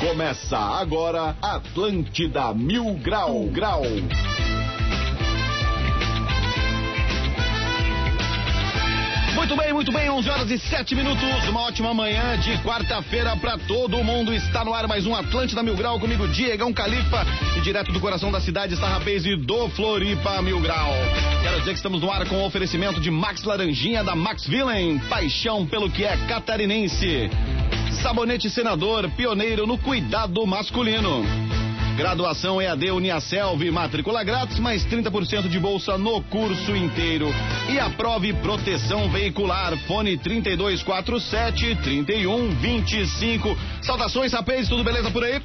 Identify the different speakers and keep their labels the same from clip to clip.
Speaker 1: Começa agora Atlântida Mil Grau Grau. Muito bem, muito bem, 11 horas e 7 minutos. Uma ótima manhã de quarta-feira pra todo mundo. Está no ar mais um Atlântida Mil Grau comigo, Diegão Califa. E direto do coração da cidade, está Rapaz e do Floripa Mil Grau. Quero dizer que estamos no ar com o oferecimento de Max Laranjinha da Max Villain. Paixão pelo que é catarinense. Sabonete Senador, pioneiro no cuidado masculino. Graduação EAD Uniaselv, matrícula grátis, mais 30% de bolsa no curso inteiro. E aprove proteção veicular, fone 3247-3125. Saudações, rapazes, tudo beleza por aí?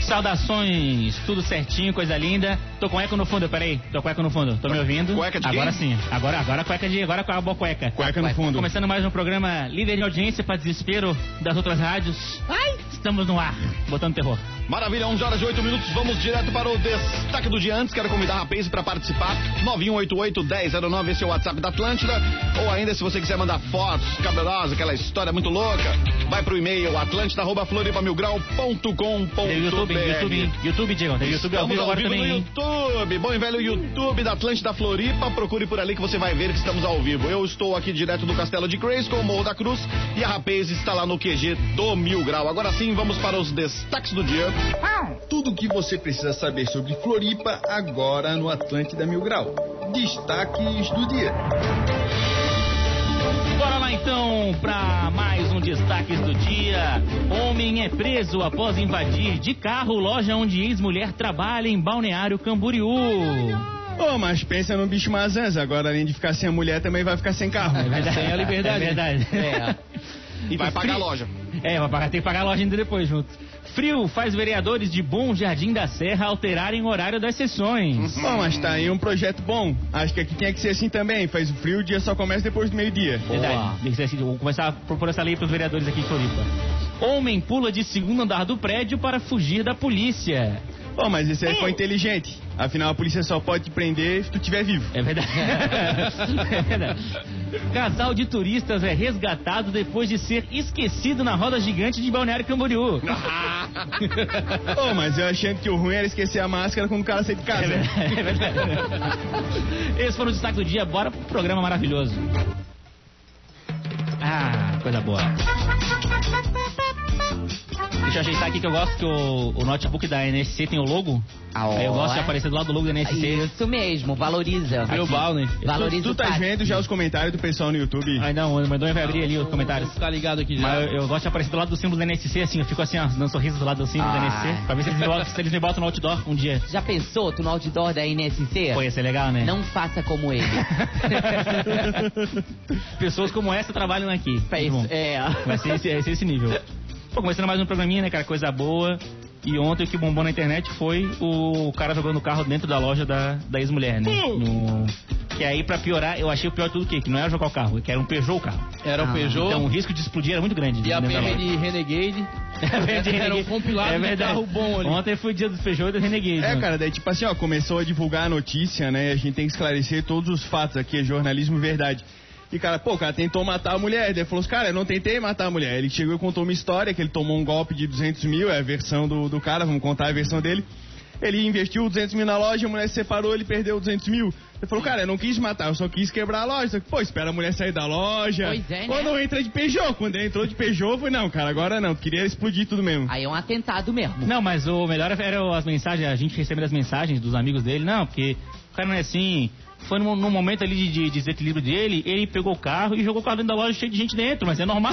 Speaker 2: Saudações, tudo certinho, coisa linda. Tô com eco no fundo, peraí. Tô com eco no fundo, tô me ouvindo?
Speaker 1: Cueca de quem?
Speaker 2: Agora sim, agora, agora cueca de. Agora com a boa cueca.
Speaker 1: Cueca no fundo.
Speaker 2: Começando mais um programa líder de audiência para desespero das outras rádios. Ai! Estamos no ar, botando terror.
Speaker 1: Maravilha, 11 horas e 8 minutos, vamos direto para o destaque do dia antes. Quero convidar a Rapaze para participar. 9188-1009, esse é o WhatsApp da Atlântida. Ou ainda, se você quiser mandar fotos cabelosas, aquela história muito louca, vai pro e-mail atlântida.floripa.milgrau.com.br.
Speaker 2: Tem o YouTube, YouTube, YouTube, Diego. Tem o YouTube ao
Speaker 1: Estamos
Speaker 2: vivo
Speaker 1: ao
Speaker 2: agora
Speaker 1: vivo no
Speaker 2: também. hein?
Speaker 1: YouTube, bom e velho YouTube da Atlântida Floripa. Procure por ali que você vai ver que estamos ao vivo. Eu estou aqui direto do Castelo de Grace com o Morro da Cruz e a Rapaz está lá no QG do Mil Grau. Agora sim, vamos para os destaques do dia.
Speaker 3: Tudo o que você precisa saber sobre Floripa agora no Atlântida Mil Grau. Destaques do dia.
Speaker 2: Bora lá então para mais um destaques do dia. Homem é preso após invadir de carro loja onde ex-mulher trabalha em Balneário Camboriú.
Speaker 3: Ô, mas pensa no um bicho Mazanza. Agora, além de ficar sem a mulher, também vai ficar sem carro.
Speaker 2: Sem a liberdade. É verdade.
Speaker 1: E vai pagar a
Speaker 2: frio-
Speaker 1: loja.
Speaker 2: É, vai pagar, tem que pagar a loja ainda depois junto. Frio faz vereadores de Bom Jardim da Serra alterarem o horário das sessões.
Speaker 3: Bom, mas tá aí um projeto bom. Acho que aqui tinha que ser assim também. Faz o frio, o dia só começa depois do meio-dia.
Speaker 2: Verdade. Tem que ser assim, Vou começar a propor essa lei para os vereadores aqui em Floripa. Homem pula de segundo andar do prédio para fugir da polícia.
Speaker 3: Bom, mas esse aí foi inteligente. Afinal, a polícia só pode te prender se tu estiver vivo.
Speaker 2: É verdade. é verdade. Casal de turistas é resgatado depois de ser esquecido na roda gigante de Balneário Camboriú.
Speaker 3: Ô, mas eu achando que o ruim era esquecer a máscara quando o cara sai de casa.
Speaker 2: É verdade. Esse foi o destaque do dia. Bora pro programa maravilhoso. Ah, coisa boa. Deixa eu ajeitar aqui que eu gosto que o, o notebook da NSC tem o logo.
Speaker 4: Ah, ó.
Speaker 2: Aí eu gosto de aparecer do lado do logo da NSC.
Speaker 4: Isso mesmo, valoriza.
Speaker 2: Meu bal, né?
Speaker 4: Valoriza
Speaker 3: Tu
Speaker 4: o
Speaker 3: tá
Speaker 4: táxi.
Speaker 3: vendo já os comentários do pessoal no YouTube?
Speaker 2: Ai não, o Mendonça vai abrir ali os comentários.
Speaker 5: Tá ligado aqui já.
Speaker 2: Mas eu, eu gosto de aparecer do lado do símbolo da NSC, assim, eu fico assim, ó, dando um sorriso do lado do símbolo da
Speaker 4: Ah.
Speaker 2: NSC, pra ver se eles, me botam, se eles me botam no outdoor um dia.
Speaker 4: Já pensou tu no outdoor da NSC?
Speaker 2: Pô, ia ser legal, né?
Speaker 4: É. Não faça como ele.
Speaker 2: Tá Pessoas como essa trabalham aqui.
Speaker 4: Pra
Speaker 2: Muito
Speaker 4: isso-
Speaker 2: bom.
Speaker 4: é.
Speaker 2: Vai ser esse, vai ser esse nível. Pô, começando mais um programinha, né, cara? Coisa boa. E ontem o que bombou na internet foi o cara jogando o carro dentro da loja da, da ex-mulher, né? No- Que aí, pra piorar, eu achei o pior de tudo o quê? Que não era jogar o carro, que era um Peugeot o carro.
Speaker 5: Era É
Speaker 3: Ah,
Speaker 5: o Peugeot
Speaker 2: Então o risco de explodir era muito grande. né,
Speaker 5: e a
Speaker 2: dentro da
Speaker 5: PR
Speaker 2: loja.
Speaker 5: de Renegade. Era um compilado
Speaker 2: É
Speaker 5: de
Speaker 2: verdade.
Speaker 5: carro bom ali.
Speaker 2: Ontem foi o dia do Peugeot e do Renegade.
Speaker 3: É,
Speaker 2: né?
Speaker 3: cara, daí tipo assim, ó, começou a divulgar a notícia, né? A gente tem que esclarecer todos os fatos aqui, é jornalismo verdade. E, cara, pô, o cara tentou matar a mulher. Daí falou assim, cara, eu não tentei matar a mulher. Ele chegou e contou uma história que ele tomou um golpe de 200 mil, é a versão do, do cara, vamos contar a versão dele. Ele investiu 200 mil na loja, a mulher se separou, ele perdeu 200 mil. Ele falou, cara, eu não quis matar, eu só quis quebrar a loja. Só que, pô, espera a mulher sair da loja.
Speaker 4: Pois é, né?
Speaker 3: Quando entra de Peugeot, quando ele entrou de Peugeot, foi, não, cara, agora não, queria explodir tudo mesmo.
Speaker 4: Aí é um atentado mesmo.
Speaker 2: Não, mas o melhor era as mensagens, a gente recebendo as mensagens dos amigos dele. Não, porque o cara não é assim. Foi num, num momento ali de, de desequilíbrio dele, ele pegou o carro e jogou o carro dentro da loja cheio de gente dentro, mas é normal.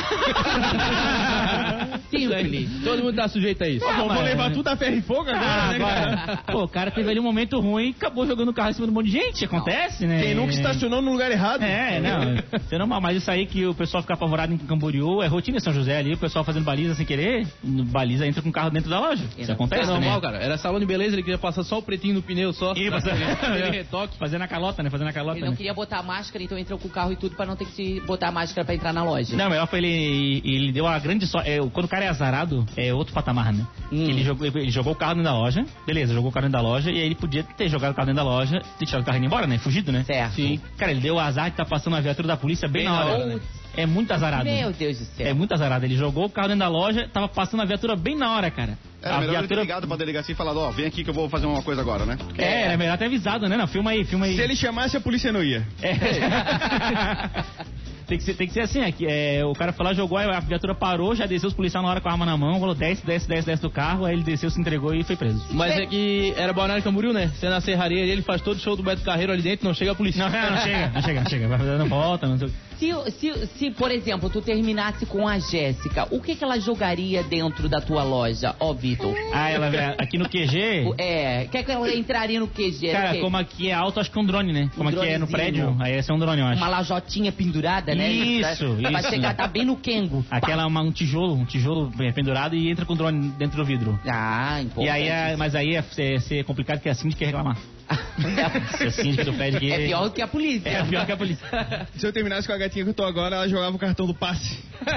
Speaker 4: Simples.
Speaker 5: Todo mundo tá sujeito a isso.
Speaker 4: Ah,
Speaker 3: Pô, vou
Speaker 2: mas- é-
Speaker 4: é.
Speaker 3: levar tudo a ferro e fogo agora,
Speaker 2: Ah,
Speaker 3: né, cara?
Speaker 2: agora, pô, o cara teve ali um momento ruim e acabou jogando o carro em cima de um monte de gente. Acontece, né?
Speaker 3: Quem nunca estacionou no lugar errado.
Speaker 2: É, não. Isso é normal, mas isso aí que o pessoal fica apavorado em Camboriú, é rotina em São José ali, o pessoal fazendo baliza sem querer, baliza entra com o carro dentro da loja. Isso
Speaker 4: Exato.
Speaker 2: acontece,
Speaker 5: É normal,
Speaker 2: né?
Speaker 5: cara. Era salão de beleza, ele queria passar só o pretinho no pneu só.
Speaker 2: E
Speaker 5: Aquele
Speaker 2: passando,
Speaker 5: retoque.
Speaker 2: fazendo a calota, né? Fazendo a calota.
Speaker 4: Ele não
Speaker 2: né?
Speaker 4: queria botar máscara, então entrou com o carro e tudo pra não ter que se botar máscara pra entrar na loja.
Speaker 2: Não, melhor foi ele. Ele deu a grande sorte. é, quando o cara é azarado, é outro patamar, né?
Speaker 5: Hum.
Speaker 2: Que Ele, jogou, ele jogou o carro dentro da loja, beleza, jogou o carro dentro da loja, e aí ele podia ter jogado o carro dentro da loja, ter tirado o carro e ido embora, né? Fugido, né?
Speaker 4: Certo.
Speaker 2: Cara, ele deu o azar de tá passando a viatura da polícia bem,
Speaker 5: Bem
Speaker 2: na
Speaker 5: na
Speaker 2: hora.
Speaker 5: hora, né?
Speaker 2: é muito azarado.
Speaker 4: Meu Deus do céu.
Speaker 2: É muito azarado. Ele jogou o carro dentro da loja, tava passando a viatura bem na hora, cara.
Speaker 1: Era
Speaker 2: a
Speaker 1: melhor ele ter
Speaker 2: viatura.
Speaker 1: ligado pra delegacia e falado, ó, vem aqui que eu vou fazer uma coisa agora, né?
Speaker 2: É, era melhor ter avisado, né? Não, filma aí, filma aí.
Speaker 3: Se ele chamasse, a polícia não ia.
Speaker 2: É. tem, que ser, tem que ser assim, é, que, é, o cara foi lá, jogou, aí a viatura parou, já desceu os policiais na hora com a arma na mão, falou 10, 10, 10, 10 do carro, aí ele desceu, se entregou e foi preso.
Speaker 5: Mas é que era Balneário Camboriú, né? Você na serraria, ele faz todo o show do Beto Carreiro ali dentro, não chega a polícia.
Speaker 2: Não, não, não chega, não chega, não chega. Vai dando volta, não sei o que.
Speaker 4: Se, se, se, por exemplo, tu terminasse com a Jéssica, o que, que ela jogaria dentro da tua loja, ó, Vitor?
Speaker 2: Ah, ela aqui no QG.
Speaker 4: O- É, quer que ela entraria no QG? Era o
Speaker 2: Cara,
Speaker 4: quê?
Speaker 2: como aqui é alto, acho que é um drone, né? Como
Speaker 4: Um
Speaker 2: aqui é no
Speaker 4: dronezinho.
Speaker 2: prédio, aí ia ser um drone, eu acho.
Speaker 4: Uma lajotinha pendurada, né?
Speaker 2: Isso,
Speaker 4: Pra- Pra
Speaker 2: isso.
Speaker 4: chegar, tá bem no Kengo.
Speaker 2: Aquela é uma- um tijolo, um tijolo é, pendurado e entra com o drone dentro do vidro.
Speaker 4: Ah, importante.
Speaker 2: E aí, é- mas aí ia ser, ser complicado que a síndica ia reclamar. Se a síndica do prédio que-
Speaker 4: É pior do que a polícia.
Speaker 2: É pior que a polícia.
Speaker 3: Se eu terminasse com a gatinha que eu tô agora, ela jogava o cartão do passe.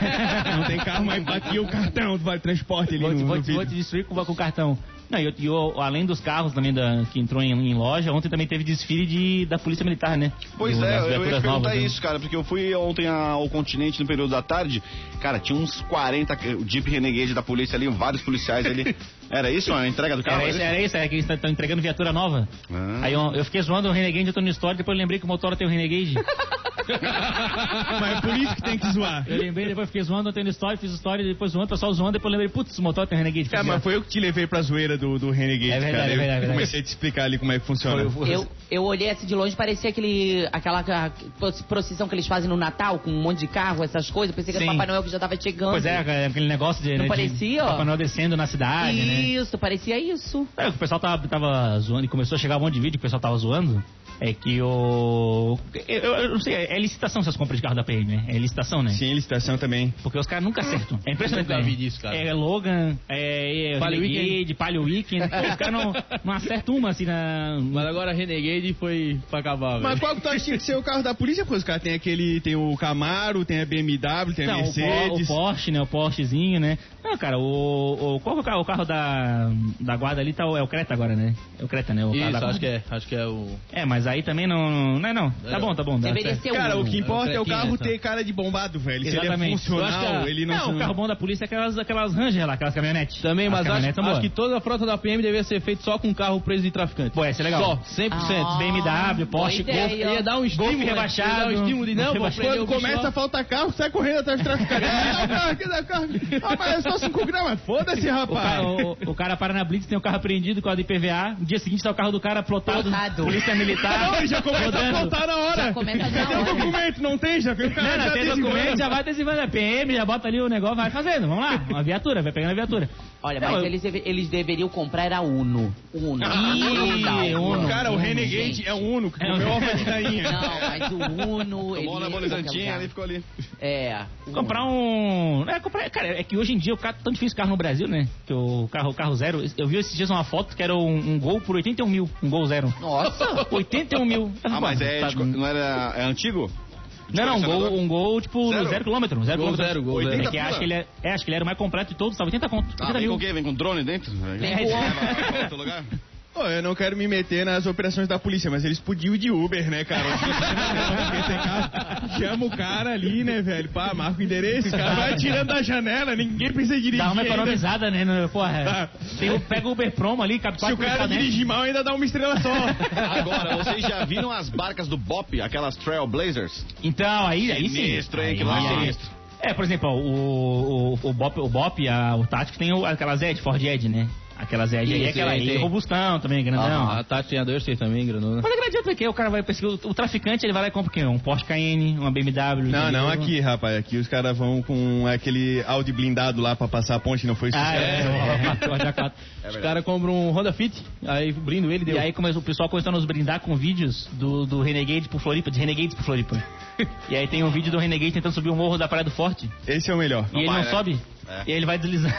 Speaker 3: não tem carro, mas tá aqui o cartão do vale transporte ali
Speaker 2: Vou te,
Speaker 3: no,
Speaker 2: vou
Speaker 3: no
Speaker 2: te- vou
Speaker 3: vidro.
Speaker 2: te destruir com, com o cartão. Não, e eu, e eu, além dos carros também da, que entrou em, em loja, ontem também teve desfile de, da Polícia Militar, né?
Speaker 1: Pois
Speaker 2: Do- das
Speaker 1: é, eu ia
Speaker 2: viaturas
Speaker 1: te perguntar
Speaker 2: novas, né?
Speaker 1: isso, cara, porque eu fui ontem a- ao continente no período da tarde, cara, tinha uns 40 que- o Jeep Renegade da polícia ali, vários policiais ali. Era isso, a entrega do carro?
Speaker 2: Era isso, era isso, era que eles estão entregando viatura nova.
Speaker 1: Ah.
Speaker 2: Aí eu, eu fiquei zoando o Renegade, eu tô no story, depois eu lembrei que o motor tem o Renegade.
Speaker 3: Mas é por isso que tem que zoar.
Speaker 2: Eu lembrei, depois fiquei zoando, eu tenho no story, fiz story, depois zoando, o pessoal zoando, depois eu lembrei, putz, o motor tem o Renegade.
Speaker 4: É,
Speaker 3: Cara, É, mas foi eu que te levei pra zoeira do, do Renegade,
Speaker 2: É verdade,
Speaker 3: cara.
Speaker 2: é verdade, é
Speaker 3: eu
Speaker 2: verdade.
Speaker 3: comecei a te explicar ali como é que funciona.
Speaker 4: Eu, eu olhei assim de longe, parecia aquele, aquela a- procissão que eles fazem no Natal, com um monte de carro, essas coisas. Pensei que era
Speaker 2: Sim.
Speaker 4: Papai Noel que já tava chegando.
Speaker 2: Pois é, cara, aquele negócio de...
Speaker 4: Não
Speaker 2: né, de
Speaker 4: parecia, ó?
Speaker 2: Papai Noel descendo na cidade, né?
Speaker 4: Isso, parecia isso.
Speaker 2: É, o que o pessoal tava, tava zoando e começou a chegar um monte de vídeo que o pessoal tava zoando. É que o. Eu, eu- eu não sei, é licitação essas compras de carro da PM, né? É licitação, né?
Speaker 3: Sim, licitação também.
Speaker 2: Porque os caras nunca acertam. É impressionante.
Speaker 5: Nunca
Speaker 2: né?
Speaker 5: vi disso, cara.
Speaker 2: É Logan, é, é
Speaker 5: Palio
Speaker 2: Renegade, Palio Weekend. Pô, os caras não, não acertam uma assim na.
Speaker 5: Mas agora Renegade foi pra acabar,
Speaker 3: Mas
Speaker 2: Né?
Speaker 5: velho.
Speaker 3: qual que tu acha que tinha que ser o carro da polícia? Porque os caras tem aquele, tem o Camaro, tem a BMW, tem a
Speaker 2: Não, o, Po- o
Speaker 3: Mercedes.
Speaker 2: Porsche, né? O Porschezinho, né? Não, cara, o. o qual que é o carro, o carro da, da guarda ali? Tá, o- é o Creta agora, né? É o Creta, né? O carro
Speaker 5: Isso,
Speaker 2: da guarda.
Speaker 5: acho que é. Acho que é o.
Speaker 2: É, mas aí também não. Não é não. Tá bom, tá bom. dá
Speaker 4: Deveria
Speaker 2: certo.
Speaker 4: ser
Speaker 3: Cara,
Speaker 4: um.
Speaker 3: o que importa é o
Speaker 5: Crequinha,
Speaker 3: carro
Speaker 5: tá.
Speaker 3: ter cara de bombado, velho. Se ele é
Speaker 2: Exatamente.
Speaker 5: Eu acho
Speaker 3: funcional,
Speaker 5: que a-
Speaker 3: ele não...
Speaker 2: Não, o carro bom da polícia é aquelas, aquelas Ranger lá, aquelas caminhonetes.
Speaker 5: Também,
Speaker 2: As
Speaker 5: mas acho,
Speaker 2: caminhonetes são
Speaker 5: acho
Speaker 2: boas.
Speaker 5: que toda a frota da PM deveria ser feita só com carro preso de traficante.
Speaker 2: Pô, essa é legal.
Speaker 5: Só, 100%.
Speaker 4: Ah,
Speaker 2: BMW, Porsche,
Speaker 4: boa ideia.
Speaker 2: Golf.
Speaker 5: Ia dar um estímulo.
Speaker 2: Golfe
Speaker 5: né?
Speaker 2: rebaixado.
Speaker 5: Ia dar um estímulo de não, vou
Speaker 2: Rebaixado.
Speaker 5: prender o
Speaker 3: Quando
Speaker 5: bicho
Speaker 3: começa
Speaker 5: lá.
Speaker 3: a faltar carro, sai correndo atrás do traficante. Ah, o carro, aqui dá o carro. Ah, mas é só 5 gramas. Foda-se,
Speaker 2: O
Speaker 3: rapaz.
Speaker 2: cara, o- o cara para na Blitz, tem o carro apreendido com a DPVA. No dia seguinte tá o carro do cara plotado.
Speaker 4: Plotado.
Speaker 2: Polícia militar. Então,
Speaker 3: Não, ele já começa
Speaker 2: rodando.
Speaker 3: a faltar na hora.
Speaker 4: Já começa um. na
Speaker 3: Cadê o
Speaker 4: hora.
Speaker 3: documento? Não tem, já viu? O
Speaker 2: Não,
Speaker 3: cara
Speaker 2: não,
Speaker 3: já
Speaker 2: tem
Speaker 3: desligando.
Speaker 2: documento, já vai adesivando. É PM, já bota ali o negócio, vai fazendo. Vamos lá, uma viatura, vai pegando a viatura.
Speaker 4: Olha,
Speaker 2: Não,
Speaker 4: mas
Speaker 2: eu-
Speaker 4: eles, deve- eles deveriam comprar era Uno. Uno.
Speaker 2: Ih,
Speaker 4: Uno.
Speaker 2: Uno.
Speaker 3: Cara, o Renegade é o único que
Speaker 2: É,
Speaker 3: comeu
Speaker 2: o-
Speaker 3: ovo de rainha.
Speaker 4: Não, mas o Uno. ele é um
Speaker 1: Tomou
Speaker 4: ia
Speaker 1: uma
Speaker 4: pra
Speaker 1: anabolizantinha
Speaker 4: qualquer
Speaker 1: ali,
Speaker 4: lugar.
Speaker 1: ficou ali.
Speaker 4: É.
Speaker 2: Comprar um. É, comprar... Cara, é que hoje em dia o carro tão difícil carro no Brasil, né? Que o carro, o carro zero. Eu vi esses dias uma foto que era um, um gol por 81 mil. Um gol zero.
Speaker 4: Nossa!
Speaker 2: 81 mil.
Speaker 1: Ah, mas é,
Speaker 2: Tá-
Speaker 1: de co- não era, é antigo?
Speaker 2: Não, não, um gol, um gol tipo
Speaker 1: Zero?
Speaker 2: zero, quilômetro. Zero
Speaker 5: Gol
Speaker 2: quilômetro.
Speaker 5: zero, gol né? zero.
Speaker 2: É que
Speaker 1: 80
Speaker 2: acho
Speaker 1: pula.
Speaker 2: que, ele é, é, acho que ele era o mais completo de todos, tá 80 conto. 80
Speaker 1: Ah, vem com o
Speaker 2: mil.
Speaker 1: quê? Vem com drone dentro?
Speaker 4: Vem
Speaker 1: Vem
Speaker 4: com o
Speaker 1: pra outro lugar?
Speaker 3: Pô, eu não quero me meter nas operações da polícia, mas eles podiam ir de Uber, né, cara? Porque tem carro- Chama o cara ali, né, velho? Pá, marca o endereço, o cara vai tirando da janela, ninguém precisa dirigir.
Speaker 2: Dá uma
Speaker 3: ainda.
Speaker 2: economizada, né? no- Porra. Tem o- pega o Uber Promo ali, cabe
Speaker 3: Se
Speaker 2: quatro
Speaker 3: o cara
Speaker 2: pessoas dentro.
Speaker 3: dirigir mal, ainda dá um uma estrela só.
Speaker 1: Agora, vocês já viram as barcas do Bop, aquelas Trailblazers?
Speaker 2: Então, aí, aí sim.
Speaker 1: Sinistro, hein?
Speaker 2: Aí,
Speaker 1: Que lá
Speaker 2: aí.
Speaker 1: sinistro.
Speaker 2: É, por exemplo, ó, o, o, o Bop, o, Bop a, o Tático tem o, aquelas Edge, Ford Edge, né? Aquelas Edge aí,
Speaker 5: Isso,
Speaker 2: aquela
Speaker 5: tem,
Speaker 2: aí,
Speaker 5: tem.
Speaker 2: robustão também, grandão.
Speaker 5: Ah, a Tati tinha dois, vocês também, granona.
Speaker 2: Mas não adianta que o cara vai perseguir o, o traficante, ele vai lá e compra o quê? Um Porsche Cayenne, uma BMW.
Speaker 3: Não,
Speaker 2: entendeu?
Speaker 3: não, aqui, rapaz. Aqui os caras vão com aquele Audi blindado lá pra passar a ponte, não foi isso?
Speaker 2: Ah, é, é, é, é,
Speaker 5: Os caras compram um Honda Fit, aí brindo ele, deu.
Speaker 2: E aí começou, o pessoal começou a nos brindar com vídeos do, do Renegade pro Floripa, de Renegades pro Floripa. e aí tem um vídeo do Renegade tentando subir o morro da Praia do Forte.
Speaker 3: Esse é o melhor.
Speaker 2: e ele
Speaker 1: vai,
Speaker 2: não
Speaker 1: né?
Speaker 2: sobe. E aí ele vai deslizar.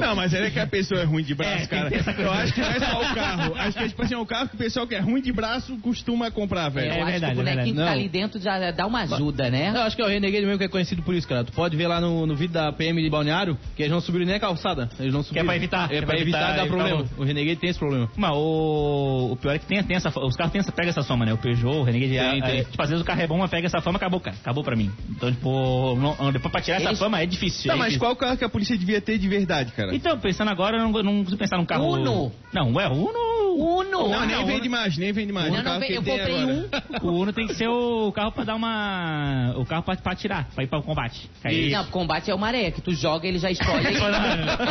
Speaker 3: Não, mas é que a pessoa é ruim de braço,
Speaker 2: É, tem
Speaker 3: cara.
Speaker 2: que ter essa coisa.
Speaker 3: Eu acho que não é só o carro. Acho que é tipo assim, é o carro que o pessoal que é ruim de braço costuma comprar, velho.
Speaker 4: eu
Speaker 2: É
Speaker 4: acho
Speaker 2: verdade, é
Speaker 4: que o bonequinho que tá
Speaker 2: verdade.
Speaker 4: ali dentro já dá uma ajuda,
Speaker 5: Não,
Speaker 4: né?
Speaker 5: eu acho que é o Renegade mesmo que é conhecido por isso, cara. Tu pode ver lá no, no vídeo da PM de Balneário que eles não subiram nem a calçada. Eles não subiram.
Speaker 2: pra evitar,
Speaker 5: É,
Speaker 2: que é
Speaker 5: pra
Speaker 2: pra
Speaker 5: evitar,
Speaker 2: evitar,
Speaker 5: dar
Speaker 2: evitar
Speaker 5: problema. O Renegade tem esse problema.
Speaker 2: Mas o, o pior é que tem, tem essa fama. Os carros tem essa, pega essa soma, né? O Peugeot, o Renegade.
Speaker 5: Tem,
Speaker 2: a- a-
Speaker 5: tem.
Speaker 2: tipo, às vezes o carro é bom, mas pega essa fama, acabou, cara. Acabou pra mim. Então, tipo, não, não, depois pra tirar essa
Speaker 4: Eles-
Speaker 2: fama é difícil.
Speaker 3: Tá,
Speaker 2: é
Speaker 3: mas
Speaker 2: difícil.
Speaker 3: qual carro que a polícia devia ter de verdade, cara?
Speaker 2: Então, pensando agora, eu não, não consigo pensar num carro.
Speaker 4: Uno.
Speaker 2: Não, é Uno.
Speaker 4: Uno!
Speaker 3: Não,
Speaker 2: não,
Speaker 3: nem vende
Speaker 2: não.
Speaker 3: mais, nem vende mais.
Speaker 4: Eu
Speaker 3: O
Speaker 4: não
Speaker 3: carro
Speaker 4: ve-
Speaker 3: que
Speaker 4: eu
Speaker 3: tem
Speaker 4: comprei
Speaker 3: tá, agora.
Speaker 4: um.
Speaker 2: O Uno tem que ser o carro pra dar uma. O carro pra, pra tirar, pra ir pra o combate. Que aí-
Speaker 4: Não, combate é o maré, que tu joga ele já explode.
Speaker 2: Não, não.
Speaker 4: é,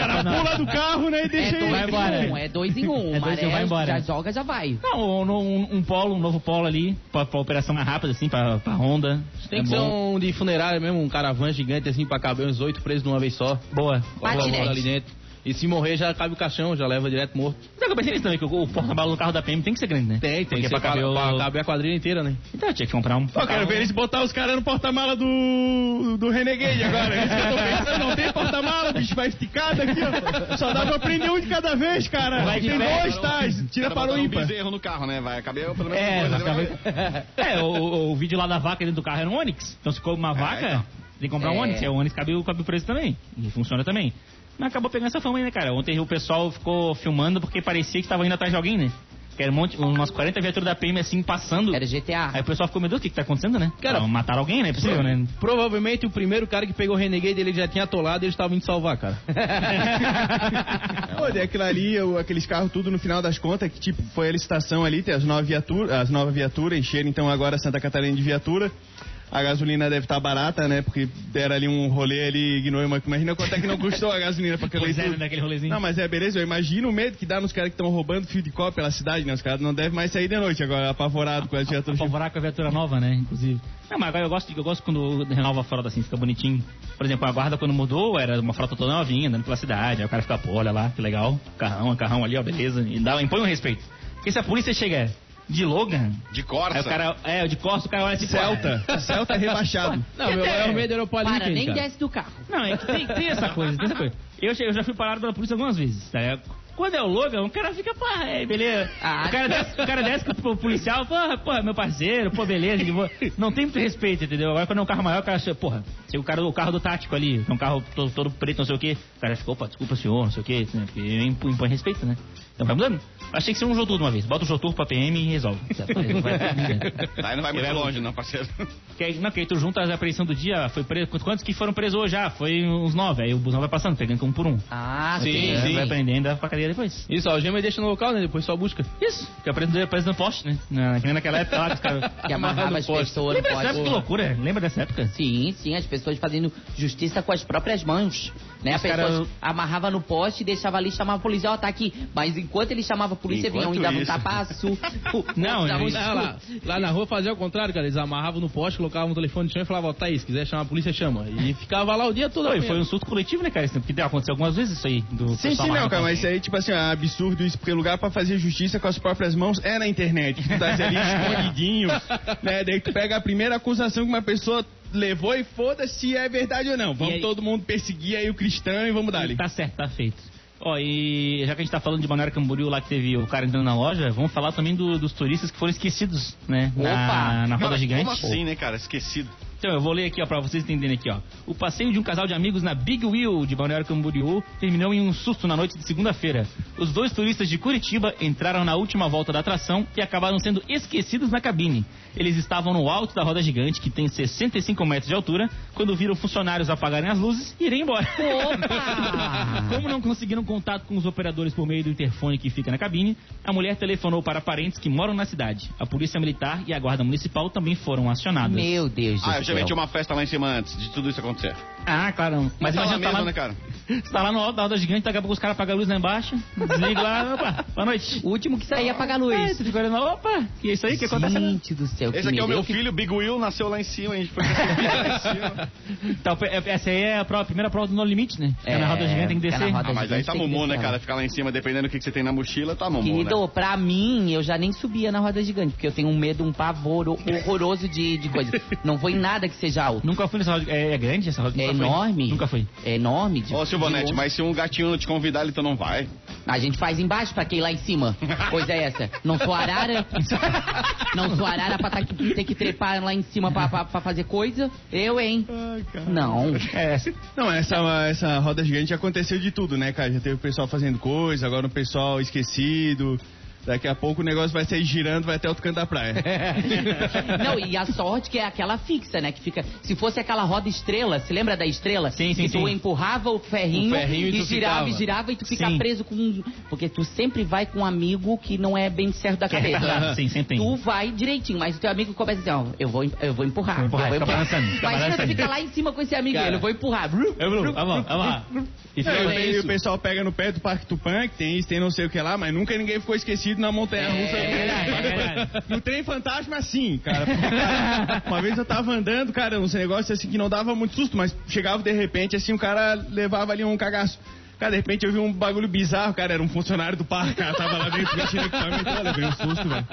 Speaker 4: é,
Speaker 3: Pula do carro, né? E
Speaker 4: é
Speaker 3: deixa
Speaker 4: dois
Speaker 2: Vai
Speaker 4: em
Speaker 2: embora.
Speaker 4: um, é dois em um.
Speaker 2: É
Speaker 4: O
Speaker 2: dois em um, vai
Speaker 4: maré
Speaker 2: embora.
Speaker 4: já joga, já vai.
Speaker 2: Não, um, um- um polo, um novo polo ali, pra, pra operação mais rápida, assim, pra, pra Honda.
Speaker 5: Tem
Speaker 2: É
Speaker 5: que ser
Speaker 2: bom.
Speaker 5: um de funerária mesmo, um caravan gigante assim pra caber uns oito presos de uma vez só.
Speaker 2: Boa.
Speaker 5: Coloca
Speaker 4: Patinete.
Speaker 5: ali dentro. E se morrer já cabe o caixão, já leva direto morto.
Speaker 2: Sabe que eu pensei nisso também, que é o, o porta-bala do carro da PM tem que ser grande, né?
Speaker 5: Tem, tem.
Speaker 2: Porque
Speaker 5: que
Speaker 2: pra
Speaker 5: ser
Speaker 2: caber o...
Speaker 5: pra caber a quadrilha inteira, né?
Speaker 2: Então eu tinha que comprar um...
Speaker 3: Eu quero ver eles botar os caras no porta-mala do, do Renegade agora. É Isso que eu tô pensando, não tem porta-mala, bicho, vai esticado aqui, ó. Só dá pra prender um de cada vez, cara.
Speaker 2: Vai de
Speaker 3: tem
Speaker 2: pé.
Speaker 3: dois, tá? Tira para o
Speaker 1: um
Speaker 3: ímpar.
Speaker 1: bezerro no carro, né? Vai caber pelo menos
Speaker 2: É,
Speaker 1: uma coisa,
Speaker 2: vai
Speaker 1: né?
Speaker 2: É, o, o- o vídeo lá da vaca dentro do carro era um Onix. Então se come uma vaca,
Speaker 1: então.
Speaker 2: tem que comprar
Speaker 4: É.
Speaker 2: um Onix. E o Onix cabe, o- cabe o preço também. E funciona também. Mas acabou pegando essa fama aí, né, cara? Ontem o pessoal ficou filmando porque parecia que tava indo atrás de alguém, né? Que era um monte, umas 40 viaturas da PM assim, passando.
Speaker 4: Era GTA.
Speaker 2: Aí o pessoal ficou, meu Deus, o que que tá acontecendo, né?
Speaker 5: Cara,
Speaker 2: Ah, mataram alguém, né? É possível, né?
Speaker 5: Provavelmente o primeiro cara que pegou o Renegade ele já tinha atolado e eles estavam indo salvar, cara.
Speaker 3: Pô, daí aquilo ali, o- aqueles carros tudo no final das contas, que tipo, foi a licitação ali, tem as nove viaturas, as nove viaturas, encheram então agora Santa Catarina de viatura. A gasolina deve estar barata, né? Porque deram ali um rolê ali, ignorou, imagina quanto é que não custou a gasolina pra aquele
Speaker 2: Pois é,
Speaker 3: tudo.
Speaker 2: né, daquele rolezinho.
Speaker 3: Não, mas é beleza, eu imagino o medo que dá nos caras que estão roubando fio de cobre pela cidade, né? Os caras não devem mais sair de noite agora, apavorado com as viaturas.
Speaker 2: Apavorar com a viatura nova, né? Inclusive. Não, mas agora eu gosto, eu gosto quando renova a frota assim, fica bonitinho. Por exemplo, a guarda quando mudou era uma frota toda novinha, andando pela cidade. Aí o cara fica, pô, olha lá, que legal. Carrão, carrão ali, ó, beleza. E dá, impõe um respeito. Porque se a polícia chega de Logan,
Speaker 1: De
Speaker 2: aí o
Speaker 1: Corsa.
Speaker 2: cara, é, de Costa, o cara olha tipo.
Speaker 3: Celta, Celta tá rebaixado.
Speaker 5: Não, meu maior medo era o Paulinho
Speaker 4: Para, nem
Speaker 5: cara.
Speaker 4: desce do carro.
Speaker 2: Não, é que tem, tem essa coisa, tem essa coisa. Eu, che- eu já fui parado pela polícia algumas vezes, tá ligado? Quando é o Logan, o cara fica, pá, é, beleza.
Speaker 4: Ah.
Speaker 2: o, cara desce, o cara desce com o policial, porra, porra, meu parceiro, pô, beleza. de boa. Não tem muito respeito, entendeu? Agora quando é um carro maior, o cara chega, porra, chega o, cara, o carro do tático ali, que é um carro todo, todo preto, não sei o quê. O cara fica, opa, desculpa senhor, não sei o quê, né? Porque impõe, impõe respeito, né? Então vai mudando. Achei que seria um Jotur de uma vez. Bota o Jotur pra PM e resolve.
Speaker 1: Aí não vai muito longe, não, parceiro.
Speaker 2: Que aí, não, que aí tu junta as apreensão do dia, foi preso. quant- Quantos que foram presos hoje? Ah, foi uns nove. Aí o busão vai passando, pegando um por um.
Speaker 4: Ah,
Speaker 2: Aí
Speaker 4: tem.
Speaker 2: tu Vai prendendo e vai pra cadeia depois.
Speaker 5: Isso, a algema e deixa no local, né? Depois só busca.
Speaker 2: Isso. Fica preso, preso no poste, né? Na, que nem naquela época lá que os caras.
Speaker 4: Que amarrava as pessoas, não
Speaker 2: Lembra dessa época? Que
Speaker 4: pode.
Speaker 2: loucura. Lembra dessa época?
Speaker 4: Sim, sim, as pessoas fazendo justiça com as próprias mãos. Né? As
Speaker 2: Os cara-
Speaker 4: pessoas amarrava no poste, deixava ali, chamava a polícia, ó, tá aqui. Mas enquanto ele chamava a polícia, vinha um e
Speaker 1: Enquanto
Speaker 4: dava um
Speaker 1: isso.
Speaker 4: tapaço.
Speaker 2: Não,
Speaker 4: dava um
Speaker 2: gente.
Speaker 5: Ah, lá, lá na rua fazia o contrário, cara. Eles amarravam no poste, colocavam o telefone no chão e falavam, ó, tá aí, se quiser chamar a polícia, chama. E ficava lá o dia todo.
Speaker 2: Não, e
Speaker 5: apanhando.
Speaker 2: foi um surto coletivo, né, cara? Isso, Porque aconteceu algumas vezes isso aí. Do
Speaker 5: tá
Speaker 3: Sim,
Speaker 2: pessoal
Speaker 3: sim, não,
Speaker 2: amarrado
Speaker 3: cara,
Speaker 2: com-
Speaker 3: mas isso aí, tipo assim, é absurdo isso, porque lugar pra fazer justiça com as próprias mãos é na internet. Tu tá ali escondidinho, né? Daí tu pega a primeira acusação que uma pessoa levou e foda-se se é verdade ou não. Vamos
Speaker 2: aí-
Speaker 3: todo mundo perseguir aí o cristão e vamos dar ali.
Speaker 2: Tá certo, tá feito. Ó, e já que a gente tá falando de Balneário Camboriú lá que teve o cara entrando na loja, vamos falar também do- dos turistas que foram esquecidos, né? Na,
Speaker 4: Opa!
Speaker 2: na
Speaker 1: Cara,
Speaker 2: roda gigante.
Speaker 1: Como assim, né, cara? Esquecido.
Speaker 2: Então, eu vou ler aqui, ó, pra vocês entenderem aqui, ó. O passeio de um casal de amigos na Big Wheel de Balneário Camboriú terminou em um susto na noite de segunda-feira. Os dois turistas de Curitiba entraram na última volta da atração e acabaram sendo esquecidos na cabine. Eles estavam no alto da roda gigante, que tem 65 metros de altura, quando viram funcionários apagarem as luzes e irem embora.
Speaker 4: Opa!
Speaker 2: Como não conseguiram contato com os operadores por meio do interfone que fica na cabine, a mulher telefonou para parentes que moram na cidade. A polícia militar e a guarda municipal também foram acionadas.
Speaker 4: Meu Deus do
Speaker 1: Ah, eu já
Speaker 4: céu.
Speaker 1: meti uma festa lá em cima antes de tudo isso acontecer.
Speaker 2: Ah, claro. Mas
Speaker 1: tá lá
Speaker 2: imagina,
Speaker 1: mesmo,
Speaker 2: tá lá,
Speaker 1: né, cara?
Speaker 2: você tá lá no alto da roda gigante, daqui a pouco os caras apagam a luz lá embaixo, desliga lá, opa, boa noite.
Speaker 4: O último que saía apagar a
Speaker 2: Aí
Speaker 4: luz.
Speaker 2: você fica olhando, lá, opa, que é isso aí que acontece? né?
Speaker 4: Gente do céu,
Speaker 1: Esse
Speaker 4: que
Speaker 1: aqui é o meu
Speaker 4: medo.
Speaker 1: filho, Big Will, nasceu lá em cima, a gente foi recebido lá em cima.
Speaker 2: Então, é- essa aí é a, prova- a primeira prova do No Limite, né? É, na roda gigante, tem que
Speaker 4: é na
Speaker 2: descer.
Speaker 4: roda
Speaker 1: Ah, mas aí
Speaker 4: gigante
Speaker 1: tá
Speaker 4: tem que
Speaker 1: mumu, né,
Speaker 4: descer.
Speaker 1: cara? Ficar lá em cima, dependendo do que, que você tem na mochila, tá mumu,
Speaker 4: Querido, pra mim, eu já nem subia na roda gigante, porque eu tenho um medo, um pavor horroroso de, de coisa. Não vou em nada que seja alto.
Speaker 2: Nunca fui nessa roda, é, é grande essa roda?
Speaker 4: É
Speaker 2: Nunca
Speaker 1: foi?
Speaker 4: enorme.
Speaker 2: Nunca fui.
Speaker 4: É enorme. de-
Speaker 1: Ô, Silvanete,
Speaker 4: de-
Speaker 1: mas se um gatinho não te convidar, ele tu não vai.
Speaker 4: A gente faz embaixo pra quem lá em cima. Coisa é essa. Não sou arara. Não sou arara pra tá- ter que trepar lá em cima pra, pra- pra fazer coisa. Eu, hein? Não.
Speaker 2: É,
Speaker 3: Não, essa, essa roda gigante aconteceu de tudo, né, cara? Já teve o pessoal fazendo coisa, agora o pessoal esquecido. Daqui a pouco o negócio vai sair girando, vai até outro canto da praia.
Speaker 4: Não, e a sorte que é aquela fixa, né? Que fica. Se fosse aquela roda estrela, se lembra da estrela?
Speaker 2: Sim, sim,
Speaker 4: que tu
Speaker 2: sim.
Speaker 4: empurrava o ferrinho,
Speaker 5: O ferrinho e
Speaker 4: e,
Speaker 5: tu
Speaker 4: girava
Speaker 5: ficava.
Speaker 4: e girava e tu fica
Speaker 2: Sim.
Speaker 4: preso com. um- Porque tu sempre vai com um amigo que não é bem certo da cabeça.
Speaker 2: verdade, sim, sempre tem.
Speaker 4: Tu vai direitinho, mas o teu amigo começa assim, ó, eu vou, eu vou empurrar.
Speaker 2: Vou empurrar,
Speaker 4: eu
Speaker 2: fica balançando, fica
Speaker 4: Imagina tu
Speaker 2: balançando.
Speaker 4: ficar lá em cima com esse amigo,
Speaker 5: Cara.
Speaker 4: ele, eu vou empurrar.
Speaker 2: Eu, Bruno, vamos lá, vamos lá. E
Speaker 3: Não,
Speaker 2: fica-
Speaker 4: Não, é
Speaker 3: e
Speaker 4: isso.
Speaker 3: o pessoal pega no pé do Parque Tupã, que tem isso, tem não sei o que lá, mas nunca ninguém ficou esquecido na montanha russa.
Speaker 2: É verdade, é verdade.
Speaker 3: No trem fantasma, assim, cara. Porque, cara, Uma vez eu tava andando, cara, uns negócios assim que não dava muito susto, mas chegava de repente, assim, o cara levava ali um cagaço. Cara, de repente eu vi um bagulho bizarro, cara, era um funcionário do parque, cara, tava lá dentro mexendo equipamento, eu levei um susto, velho.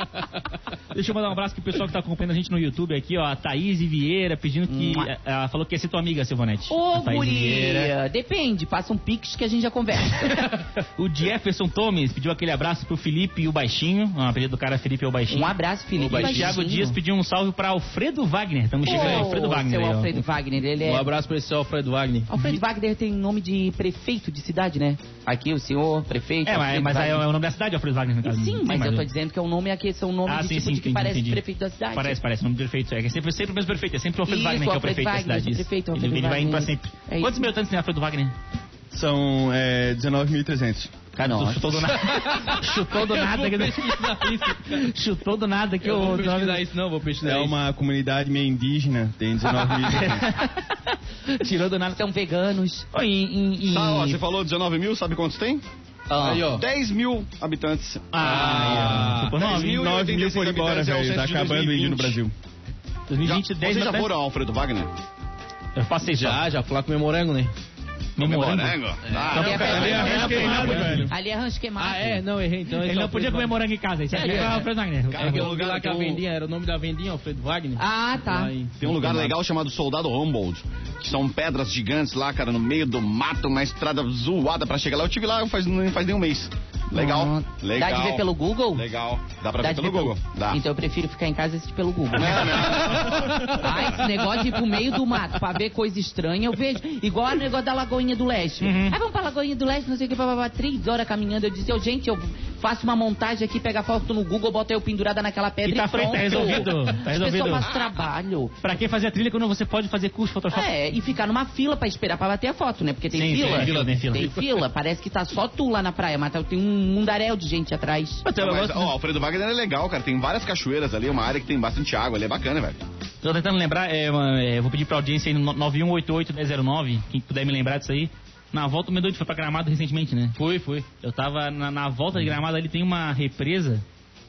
Speaker 2: Deixa eu mandar um abraço pro pessoal que tá acompanhando a gente no YouTube aqui, ó. A Thaís Vieira pedindo que. eh, Ela falou que ia ser tua amiga, Silvanete.
Speaker 4: Ô,
Speaker 2: A Thaís Vieira.
Speaker 4: guria, depende, passa um pix que a gente já conversa.
Speaker 2: O Jefferson Thomas pediu aquele abraço pro Felipe e o Baixinho. Ah, apelido do cara é Felipe e o Baixinho.
Speaker 4: Um abraço, Felipe.
Speaker 2: O Thiago Dias pediu um salve pra Alfredo Wagner. Estamos chegando
Speaker 4: Ô,
Speaker 2: ao Alfredo Wagner.
Speaker 4: Oh, Seu
Speaker 2: aí, ó.
Speaker 4: Alfredo Wagner, ele é
Speaker 5: Um abraço pra esse Alfredo Wagner.
Speaker 4: Alfredo Wagner tem nome de prefeito de cidade, né? Aqui o senhor, prefeito.
Speaker 2: É, mas,
Speaker 4: Alfredo
Speaker 2: mas aí é
Speaker 4: Wagner.
Speaker 2: o nome da cidade, Alfredo Wagner, no caso.
Speaker 4: Sim, mas eu tô
Speaker 2: eu-
Speaker 4: dizendo que é um nome aqui, são nomes
Speaker 2: Ah,
Speaker 4: de
Speaker 2: sim,
Speaker 4: tipo
Speaker 2: sim,
Speaker 4: de que
Speaker 2: sim,
Speaker 4: parece
Speaker 2: entendi.
Speaker 4: prefeito da cidade.
Speaker 2: Parece, parece, o nome do prefeito. É que é sempre, sempre o mesmo prefeito, é sempre o Alfredo
Speaker 4: Isso,
Speaker 2: Wagner que é o
Speaker 4: Alfredo
Speaker 2: prefeito da
Speaker 4: Wagner,
Speaker 2: cidade. isso.
Speaker 4: prefeito,
Speaker 2: ele,
Speaker 4: Alfredo
Speaker 2: ele vai indo pra
Speaker 4: Wagner.
Speaker 2: sempre.
Speaker 4: É isso.
Speaker 2: Quantos militantes tem Alfredo Wagner?
Speaker 3: São é, 19.300.
Speaker 2: Cara, tu
Speaker 4: Nossa.
Speaker 1: é
Speaker 2: chutou do nada. chutou do nada.
Speaker 5: vou
Speaker 2: aqui.
Speaker 5: pesquisar isso.
Speaker 2: chutou do nada que
Speaker 5: Eu
Speaker 2: o
Speaker 5: vou
Speaker 2: nome
Speaker 5: pesquisar isso, não, vou pesquisar
Speaker 3: É
Speaker 5: isso.
Speaker 3: uma comunidade meio indígena, tem 19.300.
Speaker 2: tirou do nada.
Speaker 4: São veganos.
Speaker 2: Ó, em- em- em-
Speaker 1: Tá, ó, você falou 19 mil, sabe quantos tem?
Speaker 4: Ah,
Speaker 5: Aí, ó.
Speaker 1: 10 mil habitantes.
Speaker 2: Ah, chutou
Speaker 1: 10
Speaker 2: nove.
Speaker 1: mil.
Speaker 3: 9 mil foram embora,
Speaker 1: habitantes é o
Speaker 3: velho. Tá
Speaker 1: censo de
Speaker 3: acabando o índio no
Speaker 1: 2020.
Speaker 3: Brasil.
Speaker 1: Já,
Speaker 2: 2020, 10
Speaker 1: vocês já
Speaker 2: mil-
Speaker 1: foram ao Alfredo Wagner?
Speaker 2: Eu passei já.
Speaker 5: Já, já, flaco meu morango, né?
Speaker 2: No morango.
Speaker 1: Morango? Ah,
Speaker 4: Não,
Speaker 1: não,
Speaker 4: cara,
Speaker 1: cara,
Speaker 4: ali
Speaker 1: ali
Speaker 4: é
Speaker 3: arroz
Speaker 1: é
Speaker 3: queimado,
Speaker 1: queimado.
Speaker 3: velho.
Speaker 4: Ali é rancho queimado.
Speaker 5: Ah, é? Não, errei. Então,
Speaker 2: Ele não podia comer morango em casa. Isso aqui é
Speaker 4: É, é.
Speaker 2: Alfredo Wagner.
Speaker 1: Cara,
Speaker 5: Tem
Speaker 1: que
Speaker 5: um lugar
Speaker 2: é
Speaker 5: lá que a
Speaker 1: tem um-
Speaker 5: vendinha, era o nome da vendinha, Alfredo Wagner.
Speaker 4: Ah, tá.
Speaker 5: Lá em-
Speaker 1: Tem um lugar legal chamado Soldado Humboldt, que são pedras gigantes lá, cara, no meio do mato, na estrada zoada pra chegar lá. Eu tive lá faz, não faz nem um mês. Legal,
Speaker 4: Ah,
Speaker 1: legal.
Speaker 4: Dá de ver pelo Google?
Speaker 1: Legal. Dá pra
Speaker 4: Dá
Speaker 1: ver
Speaker 4: de
Speaker 1: pelo Google. Dá.
Speaker 4: Então eu prefiro ficar em casa e assistir pelo Google.
Speaker 1: Não, não.
Speaker 4: Ah, esse negócio de ir pro meio do mato pra ver coisa estranha, eu vejo. Igual o negócio da Lagoinha do Leste.
Speaker 2: Uhum.
Speaker 4: Ah, vamos pra Lagoinha do Leste, não sei o que, bababá, três horas caminhando. Eu disse, eu, gente, eu faço uma montagem aqui, pega a foto no Google, bota eu pendurada naquela pedra
Speaker 2: E tá feito,
Speaker 4: pronto.
Speaker 2: tá resolvido, tá
Speaker 4: As
Speaker 2: resolvido.
Speaker 4: pessoas fazem trabalho.
Speaker 2: Pra que fazer a trilha quando você pode fazer curso de Photoshop?
Speaker 4: É, e ficar numa fila pra esperar pra bater a foto, né? Porque tem
Speaker 2: Sim,
Speaker 4: fila.
Speaker 2: tem fila, tem fila.
Speaker 4: fila, Parece que tá só tu lá na praia, mas tá- tem um mundaréu de gente atrás.
Speaker 2: Então, eu
Speaker 1: Mas,
Speaker 2: gosto-
Speaker 1: ó, Alfredo Wagner é legal, cara. Tem várias cachoeiras ali, é uma área que tem bastante água ali. É bacana, velho.
Speaker 2: Tô tentando lembrar, é, uma- é, vou pedir pra audiência aí no 9188-1009, quem puder me lembrar disso aí. Na volta, o meu doido foi pra Gramado recentemente, né?
Speaker 5: Fui, fui.
Speaker 2: Eu tava na, na volta de Gramado ali, tem uma represa,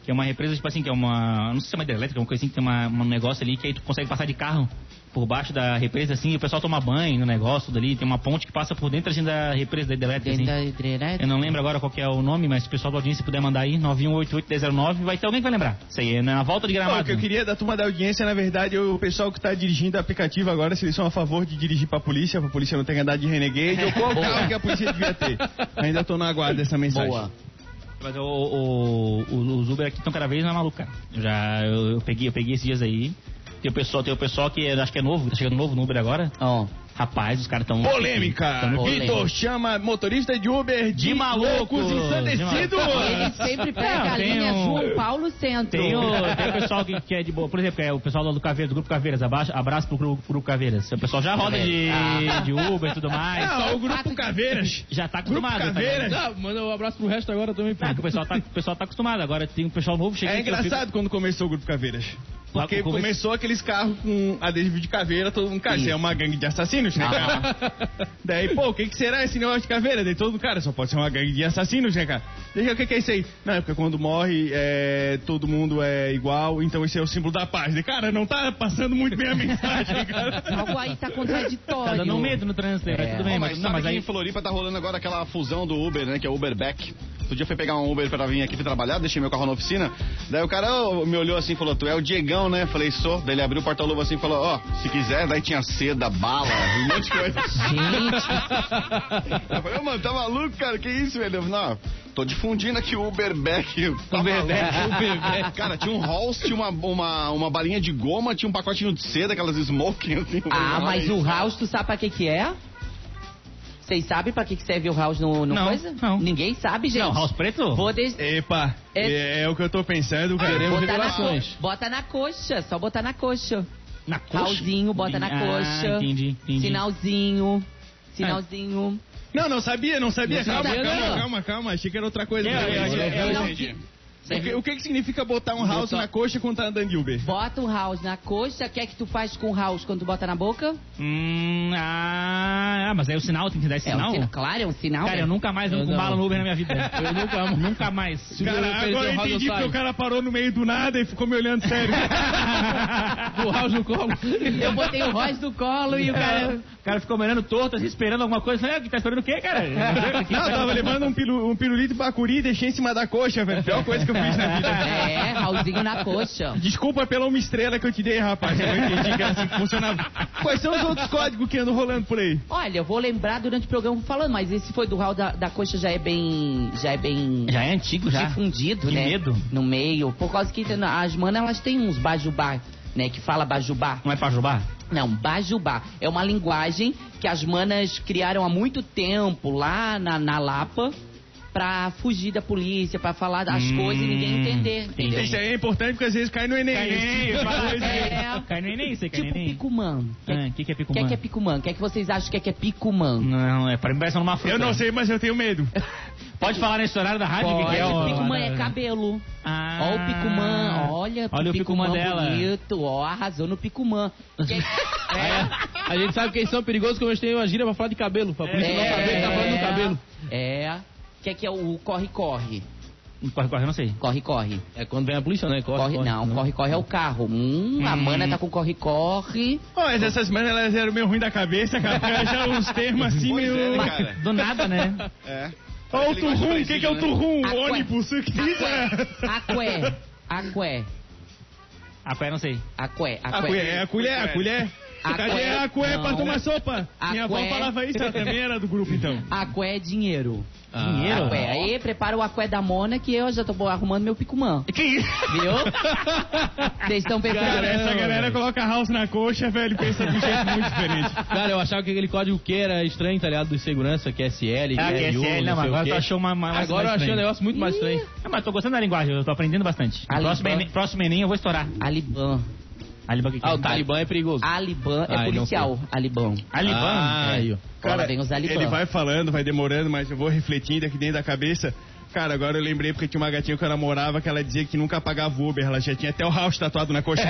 Speaker 2: que é uma represa, tipo assim, que é uma. Não sei se é uma hidrelétrica, uma coisa assim, que tem uma, um negócio ali que aí tu consegue passar de carro por baixo da represa, assim, e o pessoal toma banho no negócio, tudo ali. Tem uma ponte que passa por dentro assim, da represa da hidrelétrica,
Speaker 4: Dentro
Speaker 2: assim.
Speaker 4: da hidrelétrica.
Speaker 2: Eu não lembro agora qual que é o nome, mas se o pessoal da audiência puder mandar aí, 9188-1009, vai ter alguém que vai lembrar. Isso aí, é na volta de
Speaker 3: Não, o
Speaker 2: Gramado.
Speaker 3: que eu queria da turma da audiência, na verdade, é o pessoal que tá dirigindo o aplicativo agora, se eles são a favor de dirigir pra polícia, pra polícia não ter que andar de renegade, ou qual carro que a polícia devia ter. Ainda tô na guarda dessa mensagem.
Speaker 4: Boa.
Speaker 2: Mas o, o- o- os Uber aqui estão cada vez mais malucos, cara. Eu já eu, eu peguei, eu peguei esses dias aí. Tem o pessoal, tem o pessoal que é- acho que é novo, tá chegando novo no Uber agora.
Speaker 4: Ó.
Speaker 2: Rapaz, os caras estão
Speaker 3: Polêmica!
Speaker 4: Polêmica.
Speaker 3: Vitor chama motorista de Uber de,
Speaker 2: De maluco.
Speaker 3: loucos ensandecidos!
Speaker 2: De
Speaker 4: Ele sempre pega
Speaker 2: Não,
Speaker 4: a
Speaker 2: tem
Speaker 4: linha
Speaker 2: um-
Speaker 4: João Paulo Centro.
Speaker 2: Tem o, tem o pessoal que, que é de boa. Por exemplo, é o pessoal lá do Caveiras, do Grupo Caveiras. Abaixo, abraço pro Grupo, pro Grupo Caveiras. O pessoal já roda de,
Speaker 4: Ah.
Speaker 2: de Uber e tudo mais.
Speaker 3: Ah, o grupo Caveiras!
Speaker 2: Já tá
Speaker 3: Grupo
Speaker 2: acostumado. tá
Speaker 3: Caveiras.
Speaker 2: ligado?
Speaker 5: Tá, manda um abraço pro resto agora também. pô.
Speaker 2: Ah, que o pessoal tá, o pessoal tá acostumado. Agora tem um pessoal novo chegando.
Speaker 3: É
Speaker 2: que eu fico-
Speaker 3: engraçado quando começou o grupo Caveiras. Porque
Speaker 2: Ah, come-
Speaker 3: começou aqueles carros com adesivo de caveira, todo mundo, cara, isso é uma gangue de assassinos, né, cara? Daí, pô, o que, que será esse negócio de caveira? Daí todo mundo, cara, só pode ser uma gangue de assassinos, né, cara? Deixa o que, que é isso aí? Não, é porque quando morre, é, todo mundo é igual, então esse é o símbolo da paz. Daí, cara, não tá passando muito bem a mensagem, cara.
Speaker 4: Algo aí tá
Speaker 2: Tá
Speaker 4: contraditório.
Speaker 2: dando um medo no trânsito, né? mas tudo
Speaker 1: Pô,
Speaker 2: bem.
Speaker 1: mas
Speaker 2: Mas, não,
Speaker 1: sabe
Speaker 2: mas
Speaker 1: que
Speaker 2: aí...
Speaker 1: em Floripa tá rolando agora aquela fusão do Uber, né? Que é o Uber Back. Outro dia eu fui pegar um Uber pra vir aqui pra trabalhar, deixei meu carro na oficina. Daí o cara ó, me olhou assim e falou: Tu é o Diegão, né? Falei: Sou. Daí ele abriu o porta-luva assim e falou: Ó, se quiser, daí tinha seda, bala, um monte de coisa. eu falei: Ô, mano, tá maluco, cara? Que isso, velho? Eu falei: Não, tô difundindo aqui o Uberback. Tá maluco? Cara, tinha um house, tinha uma, uma, uma balinha de goma, tinha um pacotinho de seda, aquelas smoking. Assim,
Speaker 4: Ah, mas o house, tu sabe pra que que é? Vocês sabem pra que que serve o house no, no
Speaker 2: Não,
Speaker 4: coisa?
Speaker 2: não.
Speaker 4: Ninguém sabe, gente.
Speaker 2: Não, House Preto?
Speaker 4: Vou des...
Speaker 3: Epa,
Speaker 4: É-
Speaker 3: é, é o que eu tô pensando, cara.
Speaker 4: Botar na,
Speaker 5: revelações.
Speaker 4: co- bota na coxa, só botar na coxa.
Speaker 2: Na
Speaker 4: Pauzinho, bota na
Speaker 2: Ah,
Speaker 4: coxa.
Speaker 2: entendi, entendi. É.
Speaker 4: Sinalzinho. Sinalzinho.
Speaker 3: Não, não sabia, não sabia.
Speaker 4: Não
Speaker 3: calma,
Speaker 4: sabia,
Speaker 3: calma,
Speaker 4: não.
Speaker 3: calma, calma. Achei que era outra coisa.
Speaker 2: É, é, é, é,
Speaker 4: Sinalzinho.
Speaker 3: O que, o que que significa botar um house
Speaker 5: Botar-
Speaker 3: na coxa quando tá andando de Uber?
Speaker 4: Bota o house na coxa. O que é que tu faz com o house quando tu bota na boca?
Speaker 2: Hum, ah, ah, mas aí o sinal tem que dar esse
Speaker 4: É um
Speaker 2: sinal?
Speaker 4: sinal. Claro, é um sinal.
Speaker 2: Cara, eu nunca mais ando
Speaker 5: Eu
Speaker 2: com
Speaker 5: não.
Speaker 2: bala no Uber na minha vida. Eu nunca Nunca mais.
Speaker 5: Cara,
Speaker 3: Cara,
Speaker 5: perdeu
Speaker 3: agora
Speaker 5: o
Speaker 3: eu
Speaker 5: House
Speaker 3: entendi
Speaker 5: of
Speaker 3: porque o
Speaker 5: Time.
Speaker 3: cara parou no meio do nada e ficou me olhando sério.
Speaker 5: O House no colo.
Speaker 4: Eu botei o Royce no colo
Speaker 2: É.
Speaker 4: e o cara...
Speaker 2: O cara ficou olhando torto, assim, esperando alguma coisa. Eu Falei, ah, tá esperando o quê, cara?
Speaker 3: Não, eu tava levando um, piru, um pirulito bacuri e deixei em cima da coxa, velho. Pior coisa que eu fiz na vida.
Speaker 4: É, Raulzinho na coxa.
Speaker 3: Desculpa pela uma estrela que eu te dei, rapaz. Eu não entendi que era assim que funcionava. Quais são os outros códigos que andam rolando por aí?
Speaker 4: Olha, eu vou lembrar durante o programa falando, mas esse foi do Raul da, da coxa já é bem. Já é bem.
Speaker 2: Já é antigo, já.
Speaker 4: difundido,
Speaker 2: Que
Speaker 4: né?
Speaker 2: medo.
Speaker 4: No meio. Por causa que tem- as manas, elas têm uns bajubá, né? Que fala bajubá.
Speaker 2: Não é pra jubar?
Speaker 4: Não, bajubá. É uma linguagem que as manas criaram há muito tempo lá na, na Lapa pra fugir da polícia, pra falar das
Speaker 2: Hum,
Speaker 4: coisas e ninguém entender. entendeu?
Speaker 3: Isso aí é importante porque às vezes cai no Enem.
Speaker 2: Cai no Enem,
Speaker 3: Esse tipo de
Speaker 2: fala.
Speaker 3: coisa.
Speaker 4: É.
Speaker 2: Cai no Enem, isso aí, cai no
Speaker 4: Tipo
Speaker 2: Enem.
Speaker 4: picumã. O
Speaker 2: Ah, que que é
Speaker 4: que é
Speaker 2: picumã?
Speaker 4: que é picumã? O que é que vocês acham que é que é picumã?
Speaker 2: Não, é pra mim parece uma fruta.
Speaker 3: Eu não sei, mas eu tenho medo.
Speaker 2: Pode falar nesse horário da rádio? o que que é, ó,
Speaker 4: Olha, picumã
Speaker 2: lá,
Speaker 4: é
Speaker 2: lá.
Speaker 4: cabelo.
Speaker 2: Ah.
Speaker 4: Ó o Picumã, olha,
Speaker 2: Olha o Picumã dela.
Speaker 4: bonito, ó, arrasou no Picumã. Que- é,
Speaker 5: A gente sabe que eles são perigosos, que eu tenho uma gíria pra falar de cabelo. Pra polícia não
Speaker 4: é,
Speaker 5: saber que tá falando do cabelo.
Speaker 4: É, o que é que é o corre-corre?
Speaker 2: É. Corre, corre, eu não sei.
Speaker 4: Corre-corre.
Speaker 5: É quando vem a polícia, né? Corre,
Speaker 4: Corre, não, corre-corre é o carro. Hum, a
Speaker 2: Hum.
Speaker 4: mana tá com corre-corre.
Speaker 3: Ó, mas essas manas elas eram meio ruim da cabeça, cara. porque elas acharam uns termos assim
Speaker 1: Pois é,
Speaker 3: meio.
Speaker 1: né, cara?
Speaker 2: Do nada, né?
Speaker 1: É.
Speaker 3: Ó, o turrum, o que, que é o turrum?
Speaker 4: Aqué.
Speaker 3: Ônibus, o que é isso? né?
Speaker 4: Aqué, aqué,
Speaker 2: A pé, não sei.
Speaker 4: aqué,
Speaker 3: A
Speaker 4: aqué.
Speaker 3: colher, é a colher, a colher.
Speaker 4: A
Speaker 3: Cadê
Speaker 4: colher?
Speaker 3: a colher
Speaker 4: Não.
Speaker 3: pra
Speaker 4: né?
Speaker 3: tomar sopa?
Speaker 4: A
Speaker 3: Minha avó
Speaker 4: colher.
Speaker 3: falava isso, ela também era do grupo então.
Speaker 4: Aqué é dinheiro.
Speaker 2: Dinheiro?
Speaker 4: Aqué. Aí prepara o aqué da mona que eu já tô arrumando meu Picumã.
Speaker 2: Que isso?
Speaker 4: Viu? Vocês estão pensando...
Speaker 3: Cara, essa galera coloca house na coxa, velho, pensa de um jeito muito diferente.
Speaker 5: Cara, eu achava que aquele código que era estranho, tá ligado? Dos segurança, que é SL,
Speaker 2: Ah, que é
Speaker 5: SL,
Speaker 2: SL, não, mas agora tu achou uma... uma mais-
Speaker 5: Agora eu achei um
Speaker 2: mais estranho.
Speaker 5: negócio muito mais estranho.
Speaker 2: Ah, mas tô gostando da linguagem, eu tô aprendendo bastante.
Speaker 4: Alibã.
Speaker 2: Próximo Enem, próximo Enem eu vou estourar.
Speaker 4: Alibã.
Speaker 2: Alibã, o que que
Speaker 5: Ah,
Speaker 2: é?
Speaker 5: o Talibã é perigoso.
Speaker 4: Alibã é
Speaker 5: Ai, não
Speaker 4: policial, Alibã.
Speaker 2: Alibã?
Speaker 5: Ah, aí, ó.
Speaker 4: Agora vem os Alibã.
Speaker 3: ele vai falando, vai demorando, mas eu vou refletindo aqui dentro da cabeça. Cara, agora eu lembrei porque tinha uma gatinha que eu namorava que ela dizia que nunca pagava Uber, ela já tinha até o house tatuado na coxa.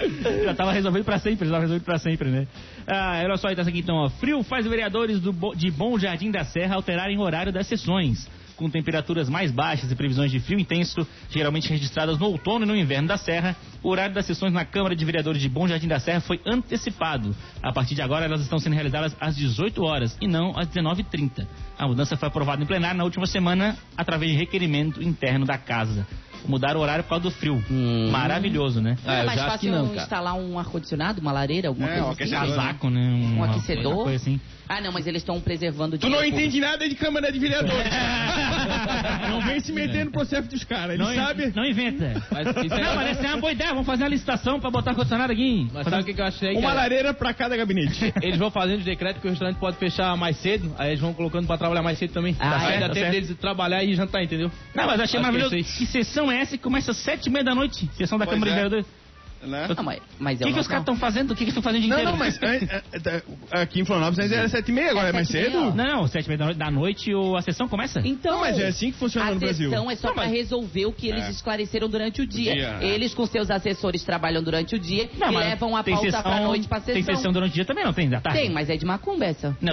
Speaker 2: Já tava resolvido pra sempre, já tava resolvido pra sempre, né? Ah, olha só, então, essa aqui então, ó. Frio faz vereadores do Bo- de Bom Jardim da Serra alterarem o horário das sessões. Com temperaturas mais baixas e previsões de frio intenso, geralmente registradas no outono e no inverno da Serra, o horário das sessões na Câmara de Vereadores de Bom Jardim da Serra foi antecipado. A partir de agora, elas estão sendo realizadas às 18 horas e não às 19h30. A mudança foi aprovada em plenário na última semana através de requerimento interno da casa. Mudaram o horário por causa do frio.
Speaker 4: Hum.
Speaker 2: Maravilhoso, né?
Speaker 4: Não
Speaker 5: Ah,
Speaker 4: é
Speaker 5: eu
Speaker 4: mais
Speaker 5: já acho que
Speaker 4: fácil
Speaker 5: não, cara.
Speaker 4: instalar um ar-condicionado, uma lareira, alguma
Speaker 1: É, um
Speaker 4: coisa assim?
Speaker 1: aquecedor.
Speaker 2: casaco, né? Um,
Speaker 4: Um aquecedor?
Speaker 2: Uma coisa assim.
Speaker 4: Ah, não, mas eles estão preservando o
Speaker 3: tu não
Speaker 4: dinheiro
Speaker 3: entende nada de Câmara de Vereadores. não vem se metendo no processo dos caras, ele
Speaker 2: É. Não,
Speaker 3: sabe.
Speaker 2: não inventa.
Speaker 5: Mas isso é-
Speaker 2: Não, mas essa é uma boa ideia. Vamos fazer uma licitação pra botar condicionado aqui.
Speaker 5: Mas sabe o que, que eu achei?
Speaker 3: Uma
Speaker 5: cara?
Speaker 3: lareira pra cada gabinete.
Speaker 5: Eles vão fazendo decreto que o restaurante pode fechar mais cedo, aí eles vão colocando pra trabalhar mais cedo também.
Speaker 4: Ah,
Speaker 5: aí
Speaker 4: é?
Speaker 5: dá tempo
Speaker 2: Tá certo. Assim
Speaker 5: deles trabalhar e jantar, entendeu?
Speaker 2: Não, mas eu
Speaker 5: Acho
Speaker 2: achei maravilhoso.
Speaker 5: que
Speaker 2: Que,
Speaker 5: eu sei.
Speaker 2: sessão é essa que começa às sete e meia da noite? Sessão da
Speaker 1: Pois
Speaker 2: Câmara
Speaker 1: é.
Speaker 2: de Vereadores.
Speaker 1: Né?
Speaker 4: Não, mas, mas
Speaker 2: O
Speaker 4: eu
Speaker 2: que, que
Speaker 4: não
Speaker 2: os caras
Speaker 4: tô-
Speaker 2: estão fazendo? O que, que eles estão fazendo o dia
Speaker 3: Não,
Speaker 2: inteiro?
Speaker 3: não, mas é, é, é, aqui em Florianópolis antes era sete e meia, agora é mais
Speaker 4: sete e meia,
Speaker 3: cedo.
Speaker 4: ó.
Speaker 2: Não, não, sete e meia da noite, da noite ou a sessão começa?
Speaker 4: Então,
Speaker 3: Não, mas é assim que
Speaker 4: a
Speaker 3: funciona no Brasil.
Speaker 4: sessão é só pra resolver o que eles esclareceram durante o dia.
Speaker 3: dia, é.
Speaker 4: Eles com seus assessores trabalham durante o dia
Speaker 2: Não,
Speaker 4: e
Speaker 2: mas
Speaker 4: levam a
Speaker 2: tem
Speaker 4: pauta pra noite pra sessão.
Speaker 2: Tem sessão durante o dia também, não tem? Da tarde?
Speaker 4: Tem, mas é de macumba essa.
Speaker 2: Não,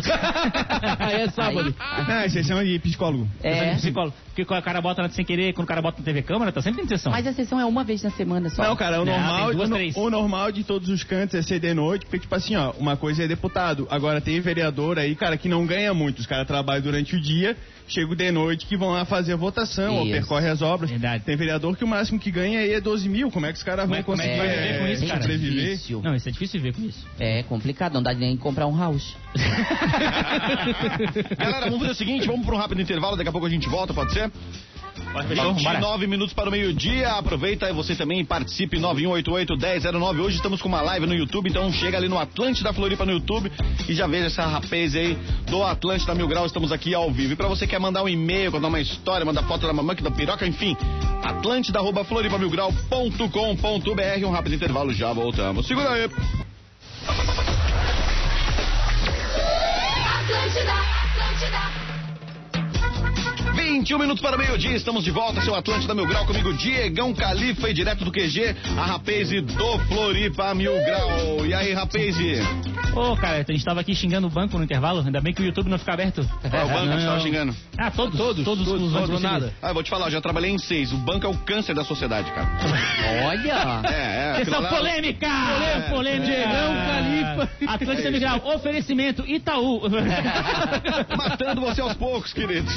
Speaker 5: Aí é sábado.
Speaker 3: Ah, é sessão de psicólogo.
Speaker 2: é.
Speaker 4: É.
Speaker 2: psicólogo. Porque quando o cara bota na- sem querer, quando o cara bota na TV Câmara, tá sempre em sessão.
Speaker 4: Mas a sessão é uma vez na semana só.
Speaker 3: Não, cara, o
Speaker 2: Não,
Speaker 3: normal
Speaker 2: Né, tem duas,
Speaker 6: o, no-
Speaker 2: três.
Speaker 6: o normal de todos os cantos é ser de noite, porque, tipo assim, ó, uma coisa é deputado. Agora tem vereador aí, cara, que não ganha muito. Os caras trabalham durante o dia, chegam de noite que vão lá fazer a votação ou
Speaker 4: Isso.
Speaker 6: percorre as obras.
Speaker 2: Verdade.
Speaker 6: Tem vereador que o máximo que ganha aí é 12 mil. Como é que os caras
Speaker 2: Como
Speaker 6: vão
Speaker 2: é- como é
Speaker 6: conseguir
Speaker 2: que vai
Speaker 6: é,
Speaker 2: viver com isso, cara?
Speaker 6: sobreviver?
Speaker 4: difícil.
Speaker 2: Não, isso é difícil de ver com isso.
Speaker 4: É complicado, não dá nem comprar um house.
Speaker 1: Galera, vamos fazer o seguinte, vamos para um rápido intervalo, daqui a pouco a gente volta, pode ser?
Speaker 2: Pode fechar, bora.
Speaker 1: 29 minutos para o meio-dia. Aproveita e você também participe 9188-1009. Hoje estamos com uma live no YouTube, então chega ali no Atlântida Floripa no YouTube e já veja essa rapaz aí do Atlântida Mil Grau. Estamos aqui ao vivo. E para você que quer mandar um e-mail, contar uma história, mandar foto da mamãe, da piroca, enfim, atlântida.floripamilgrau.com.br. Um rápido intervalo, já voltamos. Segura aí.
Speaker 7: Atlântida, Atlântida.
Speaker 1: 21 minutos para o meio-dia, estamos de volta, seu Atlântida Mil Grau, comigo Diegão Califa e direto do QG, a rapaz do Floripa Mil Grau. E aí, rapaz?
Speaker 2: Ô, cara, a gente tava aqui xingando o banco no intervalo, ainda bem que o YouTube não fica aberto.
Speaker 1: É o banco que a gente tava xingando.
Speaker 2: Ah, todos, todos, todos, os bancos
Speaker 3: todos,
Speaker 2: nada.
Speaker 1: Ah, eu vou te falar, eu já trabalhei em seis, o banco é o câncer da sociedade, cara.
Speaker 4: Olha!
Speaker 1: É, é. aquilo
Speaker 2: Atenção,
Speaker 1: lá-
Speaker 2: polêmica!
Speaker 1: É,
Speaker 2: polêmica!
Speaker 1: Diegão
Speaker 2: Califa! Atlântida Migral, oferecimento Itaú.
Speaker 1: Matando você aos poucos, queridos.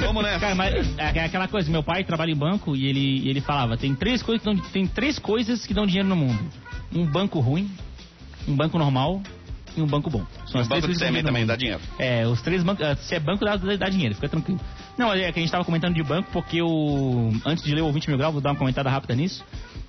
Speaker 1: Vamos nessa.
Speaker 2: Cara, mas é aquela coisa, meu pai trabalha em banco e ele, e ele falava, tem três, coisas que dão, tem três coisas que dão dinheiro no mundo. Um banco ruim, um banco normal e um banco bom. São
Speaker 1: O
Speaker 2: as três
Speaker 1: banco de
Speaker 2: coisas
Speaker 1: semente
Speaker 2: que dão dinheiro no
Speaker 1: também
Speaker 2: mundo.
Speaker 1: dá dinheiro.
Speaker 2: É, os três bancos. ah, Se é banco, dá, dá dinheiro, fica tranquilo. Não, é que a gente tava comentando de banco, porque o. Antes de ler o 20 mil graus, vou dar uma comentada rápida nisso.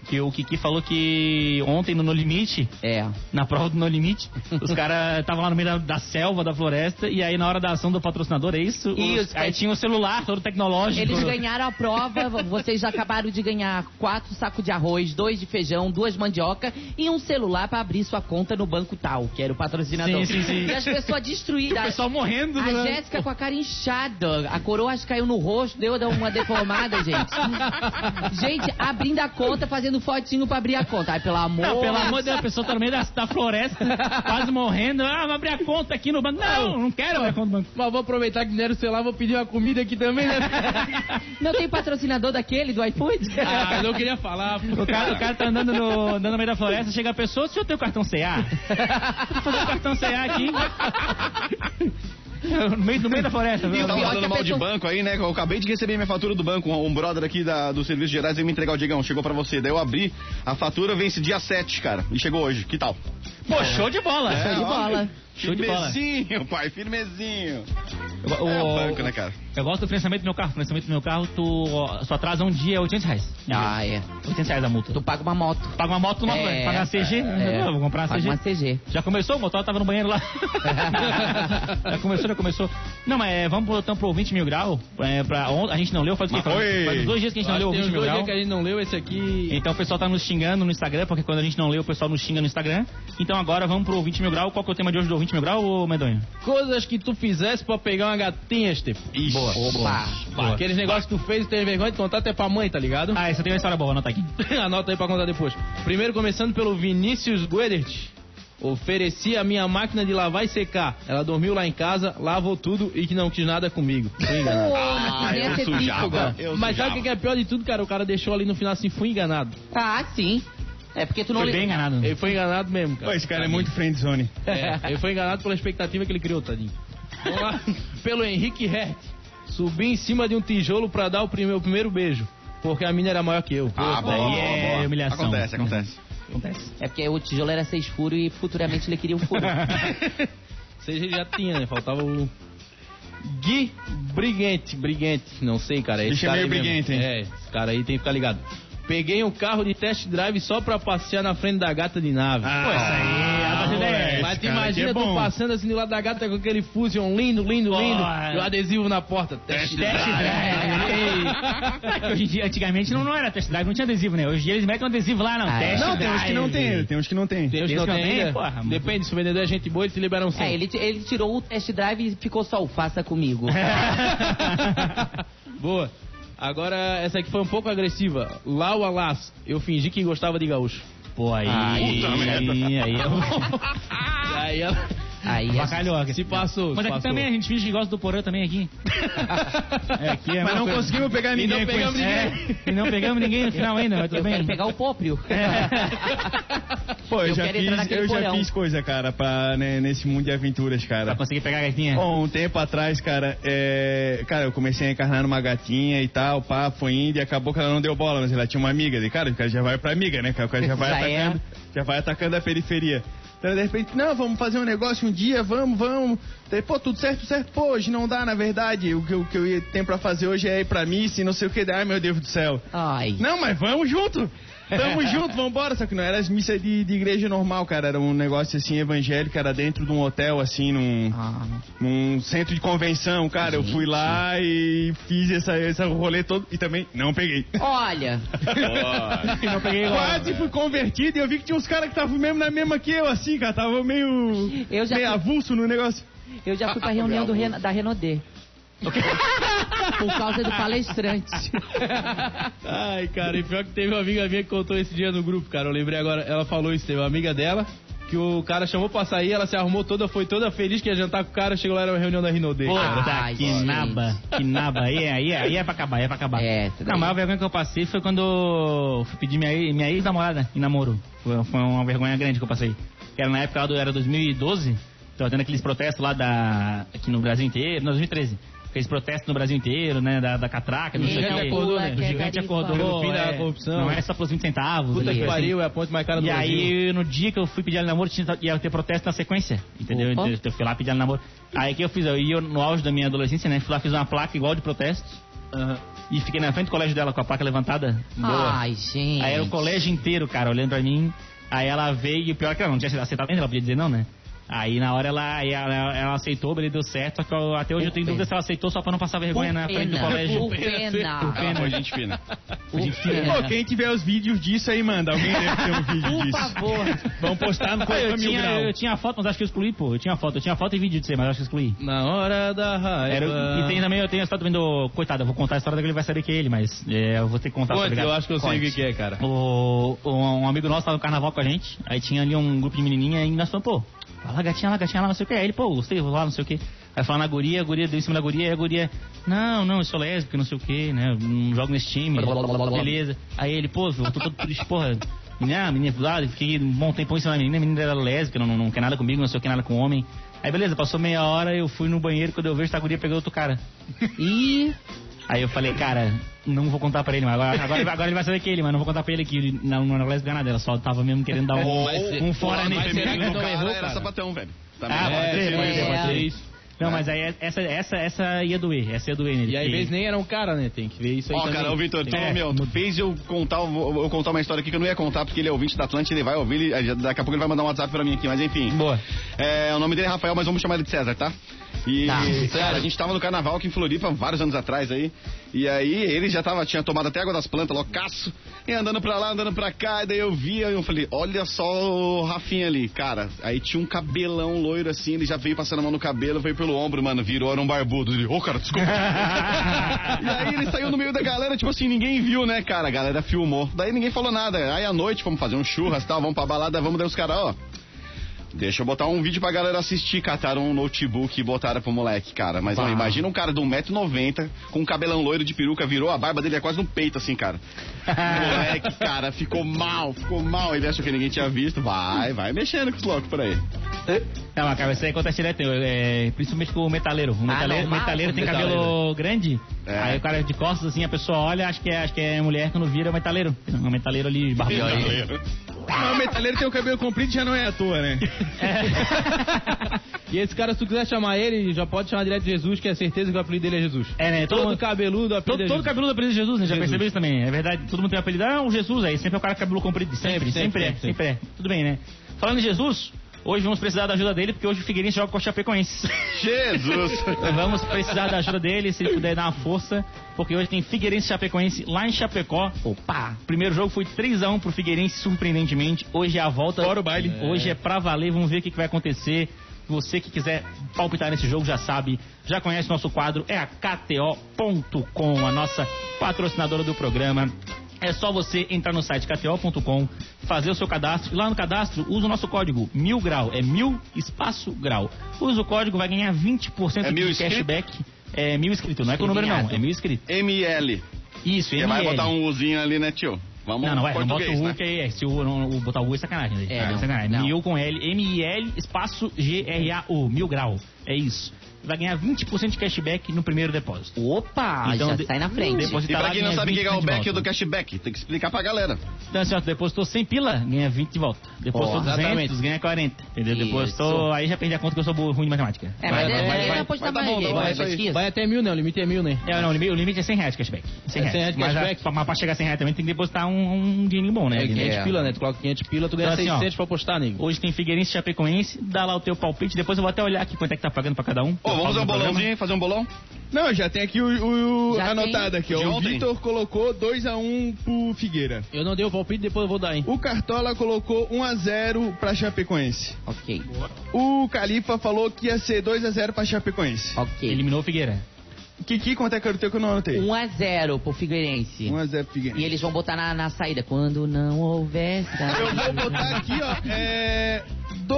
Speaker 2: Que o Kiki falou que ontem no No Limite,
Speaker 4: É.
Speaker 2: na prova do No Limite, os caras estavam lá no meio da, da selva, da floresta, e aí na hora da ação do patrocinador, é isso? Os-
Speaker 4: Isso,
Speaker 2: aí
Speaker 4: mas-
Speaker 2: tinha o celular, todo tecnológico.
Speaker 4: Eles ganharam a prova, vo- vocês já acabaram de ganhar quatro sacos de arroz, dois de feijão, duas mandioca e um celular pra abrir sua conta no banco tal, que era o patrocinador.
Speaker 2: Sim, sim, sim.
Speaker 4: E as pessoas destruídas.
Speaker 2: E o pessoal morrendo,
Speaker 4: A
Speaker 2: né?
Speaker 4: Jéssica com a cara inchada. A coroa acho que caiu no rosto, deu uma deformada, gente. Gente, abrindo a conta, fazendo fotinho pra abrir a conta. Ai, pelo amor.
Speaker 2: Não, Ah, pelo amor de Deus, a pessoa tá no meio da, da floresta, quase morrendo. Ah, vou abrir a conta aqui no banco. Não, não quero abrir a conta no banco.
Speaker 3: Mas vou aproveitar que deram o celular, vou pedir uma comida aqui também, né?
Speaker 4: Não tem patrocinador daquele, do iFood?
Speaker 3: ah, não queria falar. pô.
Speaker 2: O cara, o cara tá andando no, andando no meio da floresta, chega a pessoa, o senhor tem o cartão CA? Vou fazer o cartão CA aqui. No meio, no meio da floresta.
Speaker 4: E o
Speaker 1: Tava
Speaker 4: pior que
Speaker 1: falando
Speaker 4: a
Speaker 1: mal de
Speaker 4: pessoa-
Speaker 1: banco aí, né? Eu acabei de receber minha fatura do banco. Um, um brother aqui da, do Serviço Gerais veio me entregar o Diegão. Chegou pra você. Daí eu abri. A fatura vence dia 7, cara. E chegou hoje. Que tal?
Speaker 2: Pô, show de bola.
Speaker 1: É, ó,
Speaker 2: Show de bola.
Speaker 1: Firmezinho, pai. Firmezinho.
Speaker 2: O- o-
Speaker 1: É banco, né, cara?
Speaker 2: Eu gosto do financiamento do meu carro. O financiamento do meu carro, tu ó, só atrasa um dia, é 800 reais.
Speaker 4: Ah, é.
Speaker 2: 800 reais a multa.
Speaker 4: Tu
Speaker 2: Tu
Speaker 4: paga uma moto.
Speaker 2: paga uma moto numa
Speaker 4: É,
Speaker 2: van, paga a CG.
Speaker 4: é.
Speaker 2: Ah, vou comprar uma
Speaker 4: Paga
Speaker 2: CG.
Speaker 4: uma CG.
Speaker 2: Já começou? O motor tava no banheiro lá. já começou, já começou. Não, mas é, vamos então pro 20 mil grau. É, pra on... A gente não leu, faz o quê?
Speaker 1: Mas foi.
Speaker 2: Faz dois dias que a gente não leu
Speaker 3: Acho
Speaker 2: o
Speaker 3: que
Speaker 2: 20
Speaker 3: tem uns
Speaker 2: mil
Speaker 3: dois
Speaker 2: grau.
Speaker 3: dias que a gente não leu esse aqui.
Speaker 2: Então o pessoal tá nos xingando no Instagram, porque quando a gente não lê, o pessoal nos xinga no Instagram. Então agora vamos pro 20 mil grau. Qual que é o tema de hoje do 20 mil grau, ô Medonho?
Speaker 3: Coisas que tu fizesse pra pegar uma gatinha, Estepo.
Speaker 1: Ixi.
Speaker 4: Opa.
Speaker 2: Boa.
Speaker 3: Aqueles negócios que tu fez e teve vergonha de contar até pra mãe, tá ligado?
Speaker 2: Ah, essa tem uma história boa, anota aqui.
Speaker 3: Anota aí pra contar depois. Primeiro, começando pelo Vinícius Guedert. Ofereci a minha máquina de lavar e secar. Ela dormiu lá em casa, lavou tudo e que não quis nada comigo.
Speaker 4: Pô,
Speaker 1: Ah,
Speaker 4: mas queria
Speaker 1: eu
Speaker 4: ser
Speaker 1: sujava.
Speaker 4: bico, cara.
Speaker 1: Eu
Speaker 3: Mas
Speaker 1: sujava.
Speaker 3: sabe o que que é pior de tudo, cara? O cara deixou ali no final assim, fui enganado.
Speaker 4: Ah, sim. É porque tu não...
Speaker 2: Foi
Speaker 4: li-
Speaker 2: bem né? enganado.
Speaker 3: Ele foi enganado mesmo, cara.
Speaker 6: Pô, esse cara é muito friendzone.
Speaker 3: É, ele foi enganado pela expectativa que ele criou, tadinho. Vamos lá, pelo Henrique Hert. Subi em cima de um tijolo pra dar o primeiro, o primeiro beijo, porque a mina era maior que eu.
Speaker 1: Ah, boa,
Speaker 2: Daí
Speaker 1: boa,
Speaker 2: é
Speaker 1: boa.
Speaker 2: humilhação.
Speaker 1: Acontece, acontece.
Speaker 2: Acontece.
Speaker 4: É porque o tijolo era seis furos e futuramente ele queria um furo.
Speaker 3: Seja ele já tinha, né? Faltava o. Gui Brigante, Brigante, não sei, cara. Esse
Speaker 6: Bicho é
Speaker 3: cara
Speaker 6: meio
Speaker 3: aí mesmo.
Speaker 6: briguento, hein?
Speaker 3: É, esse cara aí tem que ficar ligado. Peguei um carro de test drive só pra passear na frente da gata de nave.
Speaker 2: Pô, essa aí
Speaker 3: Ah,
Speaker 2: é a das ideias.
Speaker 6: Ah,
Speaker 3: Mas
Speaker 6: esse
Speaker 3: tu
Speaker 6: cara
Speaker 3: imagina
Speaker 6: aqui é
Speaker 3: tu
Speaker 6: bom.
Speaker 3: passando assim do lado da gata com aquele Fusion lindo, lindo,
Speaker 2: Pô,
Speaker 3: lindo.
Speaker 2: é.
Speaker 3: E o adesivo na porta. Test
Speaker 2: Test drive. É que Hoje em dia, antigamente não, não era test drive, não tinha adesivo, né? Hoje em dia eles metem um adesivo lá, não.
Speaker 4: Ah, é?
Speaker 2: test
Speaker 6: Não, tem
Speaker 2: drive.
Speaker 6: uns que não tem, tem uns que não tem.
Speaker 3: Tem os que não
Speaker 2: Esse
Speaker 3: tem
Speaker 2: também,
Speaker 3: ainda?
Speaker 2: porra, mano.
Speaker 3: Depende, se o vendedor é gente boa, eles te liberam 100.
Speaker 4: É, ele, ti- ele tirou o test drive e ficou só o faça comigo.
Speaker 3: Boa. Agora, essa aqui foi um pouco agressiva. Lá o Alas, eu fingi que gostava de gaúcho.
Speaker 2: Pô, aí. é
Speaker 1: Puta merda.
Speaker 2: aí, aí, eu-
Speaker 3: E aí ela,
Speaker 4: Aí, assim,
Speaker 2: Bacalhoca.
Speaker 5: Se passou,
Speaker 2: Mas
Speaker 5: se
Speaker 2: aqui
Speaker 5: passou.
Speaker 2: também, a gente finge que gosta do porã também aqui. É, aqui é a mesma
Speaker 3: Mas não
Speaker 2: coisa.
Speaker 3: conseguimos pegar
Speaker 5: E não
Speaker 3: ninguém. com
Speaker 5: pegamos
Speaker 3: isso.
Speaker 5: ninguém.
Speaker 2: É, e não pegamos ninguém no final ainda, mas tudo
Speaker 4: eu
Speaker 2: bem.
Speaker 4: quero pegar o próprio.
Speaker 3: Pô, eu,
Speaker 4: Eu
Speaker 3: já,
Speaker 4: quero entrar
Speaker 3: fiz,
Speaker 4: naquele
Speaker 3: eu já
Speaker 4: porão.
Speaker 3: fiz coisa, cara, pra, né, nesse mundo de aventuras,
Speaker 2: Pra
Speaker 3: cara.
Speaker 2: conseguir pegar a gatinha.
Speaker 3: Bom, um tempo atrás, cara, é, cara, eu comecei a encarnar numa gatinha e tal, pá, foi indo e acabou que ela não deu bola, mas ela tinha uma amiga. E, cara, o cara já vai pra amiga, né, cara? O cara já vai
Speaker 4: Já é.
Speaker 3: atacando, já vai atacando a periferia. Então, de repente, não, vamos fazer um negócio um dia, vamos, vamos. Daí, pô, tudo certo, tudo certo. Pô, hoje não dá, na verdade. O que, o que eu ia- tenho pra fazer hoje é ir pra missa e não sei o que. Ai, meu Deus do céu.
Speaker 4: Ai.
Speaker 3: Não, mas vamos junto! Tamo junto, vambora! Só que não era as missas de, de igreja normal, cara. Era um negócio assim evangélico, era dentro de um hotel, assim, num,
Speaker 4: Ah,
Speaker 3: num centro de convenção, cara. Eu fui lá e fiz essa, essa rolê todo e também não peguei.
Speaker 4: Olha,
Speaker 2: E não peguei logo.
Speaker 3: Quase fui convertido e eu vi que tinha uns caras que estavam mesmo na mesma que eu, assim, cara. Tava meio,
Speaker 4: Eu já
Speaker 3: meio
Speaker 4: fui-
Speaker 3: avulso no negócio.
Speaker 4: eu já
Speaker 2: Ah,
Speaker 4: fui pra reunião do Ren- da Renaudet. Por causa do palestrante.
Speaker 5: Ai, cara, e pior que teve uma amiga minha que contou esse dia no grupo, cara. Eu lembrei agora, ela falou isso, teve uma amiga dela, que o cara chamou pra sair, ela se arrumou toda, foi toda feliz que ia jantar com o cara, chegou lá, era uma reunião da Rinodê.
Speaker 2: Puta
Speaker 4: Ai,
Speaker 2: tá, que
Speaker 4: gente.
Speaker 2: naba, que naba. Aí, aí, aí é pra acabar, é pra acabar.
Speaker 4: É, tudo
Speaker 2: não, a
Speaker 4: bem.
Speaker 2: maior vergonha que eu passei foi quando eu fui pedir minha, ex- minha ex-namorada em namoro. Foi, foi uma vergonha grande que eu passei. Era na época lá do, era 2012, tava tendo aqueles protestos lá da, aqui no Brasil inteiro, não, 2013. Aqueles protestos no Brasil inteiro, né, da, da catraca, não sei o
Speaker 5: Gigante
Speaker 2: que.
Speaker 5: acordou, né?
Speaker 2: O gigante é acordou.
Speaker 5: Pelo fim da
Speaker 2: é,
Speaker 5: corrupção.
Speaker 2: Não é só por 20 centavos.
Speaker 5: Puta que
Speaker 2: coisa assim.
Speaker 5: pariu, é a ponte mais cara do
Speaker 2: E
Speaker 5: Brasil.
Speaker 2: aí, no dia que eu fui pedir ela em namoro, tinha, ia ter protesto na sequência, entendeu? Então,
Speaker 4: Opa.
Speaker 2: Eu fui lá pedir ela em namoro. Aí o que eu fiz? Eu ia no auge da minha adolescência, né? Fui lá, fiz uma placa igual de protesto. E fiquei na frente do colégio dela com a placa levantada.
Speaker 4: Ai, Ah, gente.
Speaker 2: Aí era o colégio inteiro, cara, olhando pra mim. Aí ela veio, e o pior é que ela não tinha aceitado ainda, ela podia dizer não, né? Aí na hora ela, aí ela, ela aceitou, ele deu certo, só que eu- até hoje eu tenho
Speaker 4: pena.
Speaker 2: dúvida se ela aceitou só pra não passar vergonha na frente do
Speaker 4: pena.
Speaker 2: colégio.
Speaker 4: Por pena.
Speaker 2: Por pena.
Speaker 1: Foi gente fina.
Speaker 4: Por pena.
Speaker 2: né?
Speaker 3: Pô, quem tiver os vídeos disso aí, manda. Alguém deve ter um vídeo
Speaker 4: Por
Speaker 3: disso.
Speaker 4: favor.
Speaker 3: Vamos postar no
Speaker 2: Eu
Speaker 3: Correio Mil
Speaker 2: tinha,
Speaker 3: Grau.
Speaker 2: eu tinha a foto, mas acho que eu excluí, pô. Eu tinha a foto, eu tinha a foto e vídeo de você, mas acho que eu excluí.
Speaker 5: Na hora da raiva.
Speaker 2: Era o-
Speaker 5: Ah.
Speaker 2: e tem também, eu tenho a história também do. Coitado, eu vou contar a história daquele, ele vai saber que é ele, mas é, eu vou ter que contar
Speaker 5: Conte,
Speaker 2: tá ligado?
Speaker 5: eu acho que eu sei o que que é, cara.
Speaker 2: O, um um amigo nosso tava no carnaval com a gente, aí tinha ali um grupo de menininha e nós falamos, pô, vai lá, gatinha lá, gatinha lá, não sei o que. Aí ele, pô, gostei, vou lá, não sei o que. Aí falando na guria, a guria deu em cima da guria, e a guria, não, não, eu sou lésbica, não sei o que, né, eu não jogo nesse time, beleza. Aí ele, pô, eu tô todo triste, porra. Menina, menina, lá, eu fiquei um bom tempão em cima da menina, a menina era lésbica, não, não, não quer nada comigo, não sei o que, nada com homem. Aí beleza, passou meia hora, eu fui no banheiro, quando eu vejo, tá, a guria pegou outro cara.
Speaker 4: E
Speaker 2: Aí eu falei, cara, não vou contar pra ele, mas agora, agora, ele- agora ele vai saber que é ele, mas não vou contar pra ele que ele não, não era lésbica nada, ela só tava mesmo querendo dar um, um fora
Speaker 5: mas
Speaker 2: nele.
Speaker 5: será que
Speaker 1: O
Speaker 5: não
Speaker 1: cara
Speaker 5: errou,
Speaker 1: era
Speaker 5: cara?
Speaker 1: sapatão, velho. Também.
Speaker 2: Ah, pode ser, pode ser,
Speaker 4: é.
Speaker 2: pode ser. Não, mas aí é, essa, essa, essa ia doer, essa ia doer nele.
Speaker 5: E aí, às vezes, nem era um cara, né? Tem que ver isso aí
Speaker 1: Ó,
Speaker 5: também.
Speaker 1: cara, ô Vitor, tu,
Speaker 2: É.
Speaker 1: meu, tu fez eu contar, eu, eu contar uma história aqui que eu não ia contar, porque ele é ouvinte da Atlântida, ele vai ouvir, ele- aí daqui a pouco ele vai mandar um WhatsApp pra mim aqui, mas enfim.
Speaker 2: Boa.
Speaker 1: É, o nome dele é Rafael, mas vamos chamar ele de César, tá? E
Speaker 4: Tá,
Speaker 1: cara,
Speaker 5: César.
Speaker 1: a gente tava no carnaval aqui em Floripa, vários anos atrás aí. E aí ele já tava, tinha tomado até água das plantas, loucaço. E andando pra lá, andando pra cá, e daí eu via e eu falei, olha só o Rafinha ali, cara. Aí tinha um cabelão loiro assim, ele já veio passando a mão no cabelo, veio pelo ombro, mano, virou, era um barbudo. Ele, ô cara, desculpa. E aí ele saiu no meio da galera, tipo assim, ninguém viu, né, cara? A galera filmou. Daí ninguém falou nada. Aí à noite, vamos fazer um churras tal, vamos pra balada, vamos dar os caras, ó. Deixa eu botar um vídeo pra galera assistir. Cataram um notebook e botaram pro moleque, cara. Mas não, imagina um cara de 1,90m com um cabelão loiro de peruca, virou a barba dele é quase um peito, assim, cara. O moleque, cara, ficou mal, ficou mal. Ele achou que ninguém tinha visto. Vai, vai mexendo com os loucos por aí.
Speaker 2: Não, mas, cara, isso aí acontece direto, eu, é, principalmente com o metaleiro.
Speaker 5: Ah,
Speaker 2: O metaleiro,
Speaker 4: normal,
Speaker 2: metaleiro tem
Speaker 5: metaleiro.
Speaker 2: cabelo grande,
Speaker 1: É.
Speaker 2: aí o cara de costas, assim, a pessoa olha, acho que é, acho que é mulher, quando vira é o metaleiro. É um metaleiro ali, barbudo.
Speaker 3: Mas Ah, o metaleiro tem o cabelo comprido já não é à toa, né?
Speaker 5: É. E esse cara, se tu quiser chamar ele, já pode chamar direto de Jesus, que é certeza que o apelido dele é Jesus.
Speaker 2: É, né, todo
Speaker 5: Todo,
Speaker 2: mundo-
Speaker 5: cabeludo, o apelido
Speaker 2: Todo,
Speaker 5: é
Speaker 2: todo
Speaker 5: Jesus.
Speaker 2: cabeludo é apelido de Jesus, né? Já
Speaker 5: Jesus.
Speaker 2: percebeu isso também? É verdade. Todo mundo tem apelido. Ah, o Jesus aí. Sempre é o cara com cabelo comprido. Sempre, sempre,
Speaker 5: Sempre,
Speaker 2: sempre,
Speaker 5: sempre, sempre,
Speaker 2: é. Sempre é. Tudo bem, né? Falando em Jesus, hoje vamos precisar da ajuda dele, porque hoje o Figueirense joga com o Chapecoense.
Speaker 1: Jesus!
Speaker 2: vamos precisar da ajuda dele, se ele puder dar uma força, porque hoje tem Figueirense e Chapecoense lá em Chapecó.
Speaker 4: opa.
Speaker 2: Primeiro jogo foi 3x1 pro Figueirense, surpreendentemente. Hoje é a volta.
Speaker 3: Fora o baile.
Speaker 2: Hoje é pra valer, vamos ver o que, que vai acontecer. Você que quiser palpitar nesse jogo já sabe, já conhece nosso quadro, é a KTO.com, a nossa patrocinadora do programa. É só você entrar no site kto.com, fazer o seu cadastro. E lá no cadastro, usa o nosso código mil grau. É mil espaço grau. Usa o código, vai ganhar 20%
Speaker 1: É
Speaker 2: de
Speaker 1: mil inscrito?
Speaker 2: cashback. É mil inscritos, não é com o número não,
Speaker 4: Escrevinhado.
Speaker 2: é mil inscritos.
Speaker 1: ML.
Speaker 2: Isso,
Speaker 1: Você vai
Speaker 2: ML.
Speaker 1: botar um Uzinho ali, né, tio? Vamos
Speaker 2: Não, não, é, não bota
Speaker 1: português,
Speaker 2: o U,
Speaker 1: né?
Speaker 2: que é, se o, não, o botar o U é sacanagem. né?
Speaker 4: É, não,
Speaker 2: sacanagem.
Speaker 4: não.
Speaker 2: Mil com L, M-I-L, espaço G-R-A-U, mil grau. É isso. Vai ganhar 20% de cashback no primeiro depósito.
Speaker 4: Opa,
Speaker 2: Então,
Speaker 4: já
Speaker 2: de-
Speaker 4: sai na frente.
Speaker 2: Depositar
Speaker 1: E pra
Speaker 2: lá,
Speaker 1: quem não
Speaker 2: ganha
Speaker 1: sabe o que é o
Speaker 2: 20% de
Speaker 1: back
Speaker 2: volta.
Speaker 1: do cashback, tem que explicar pra galera.
Speaker 2: Então, assim, ó, tu depositou 100 pila, ganha 20 de volta. Depositou
Speaker 4: Ó,
Speaker 2: 200,
Speaker 5: exatamente.
Speaker 2: ganha 40. Entendeu?
Speaker 4: Isso.
Speaker 2: Depositou, aí já perdi a conta que eu sou bo- ruim de matemática.
Speaker 4: É,
Speaker 2: Vai-
Speaker 4: mas
Speaker 2: vai-
Speaker 4: é
Speaker 2: vai-
Speaker 4: maneira
Speaker 2: vai-
Speaker 4: apostar
Speaker 1: vai dar bom,
Speaker 4: mais.
Speaker 1: vai,
Speaker 4: vai,
Speaker 1: vai, isso aí.
Speaker 4: pesquisa.
Speaker 5: tá então Vai até mil, né? O limite é mil, né?
Speaker 2: É, não, o limite, o limite é 100 reais cashback.
Speaker 5: É
Speaker 2: 100 reais.
Speaker 5: 100 reais
Speaker 2: mas,
Speaker 5: cashback.
Speaker 2: A, mas pra chegar a 100 reais também tem que depositar um, um dinheirinho bom, né?
Speaker 5: É,
Speaker 2: Dinheiro
Speaker 5: 500
Speaker 2: de
Speaker 5: pila, né? Tu coloca 500 pila, tu ganha
Speaker 2: Então, assim, ó,
Speaker 5: 600 pra apostar, nego.
Speaker 2: Hoje tem Figueirense e Chapecoense. Dá lá o teu palpite. Depois eu vou até olhar aqui quanto é que tá pagando pra cada um.
Speaker 1: Ô, vamos
Speaker 2: Eu falo
Speaker 1: fazer um
Speaker 2: no programa.
Speaker 1: bolãozinho, fazer um bolão?
Speaker 3: Não, já tem aqui o, o-
Speaker 4: Já
Speaker 3: anotado aqui,
Speaker 1: De
Speaker 3: ó. O
Speaker 1: ontem?
Speaker 3: Vitor colocou 2x1 pro Figueira.
Speaker 5: Eu não dei o palpite, depois eu vou dar, hein?
Speaker 3: O Cartola colocou 1x0 pra Chapecoense.
Speaker 4: Ok,
Speaker 3: O Califa falou que ia ser 2x0 pra Chapecoense.
Speaker 4: ok.
Speaker 2: Eliminou o Figueira.
Speaker 3: Kiki, quanto é que era o teu que eu não anotei?
Speaker 4: 1x0 pro Figueirense.
Speaker 3: 1x0 pro Figueira.
Speaker 4: E eles vão botar na, na saída. Quando não houver
Speaker 3: Eu
Speaker 4: saída.
Speaker 3: vou botar aqui, ó, é...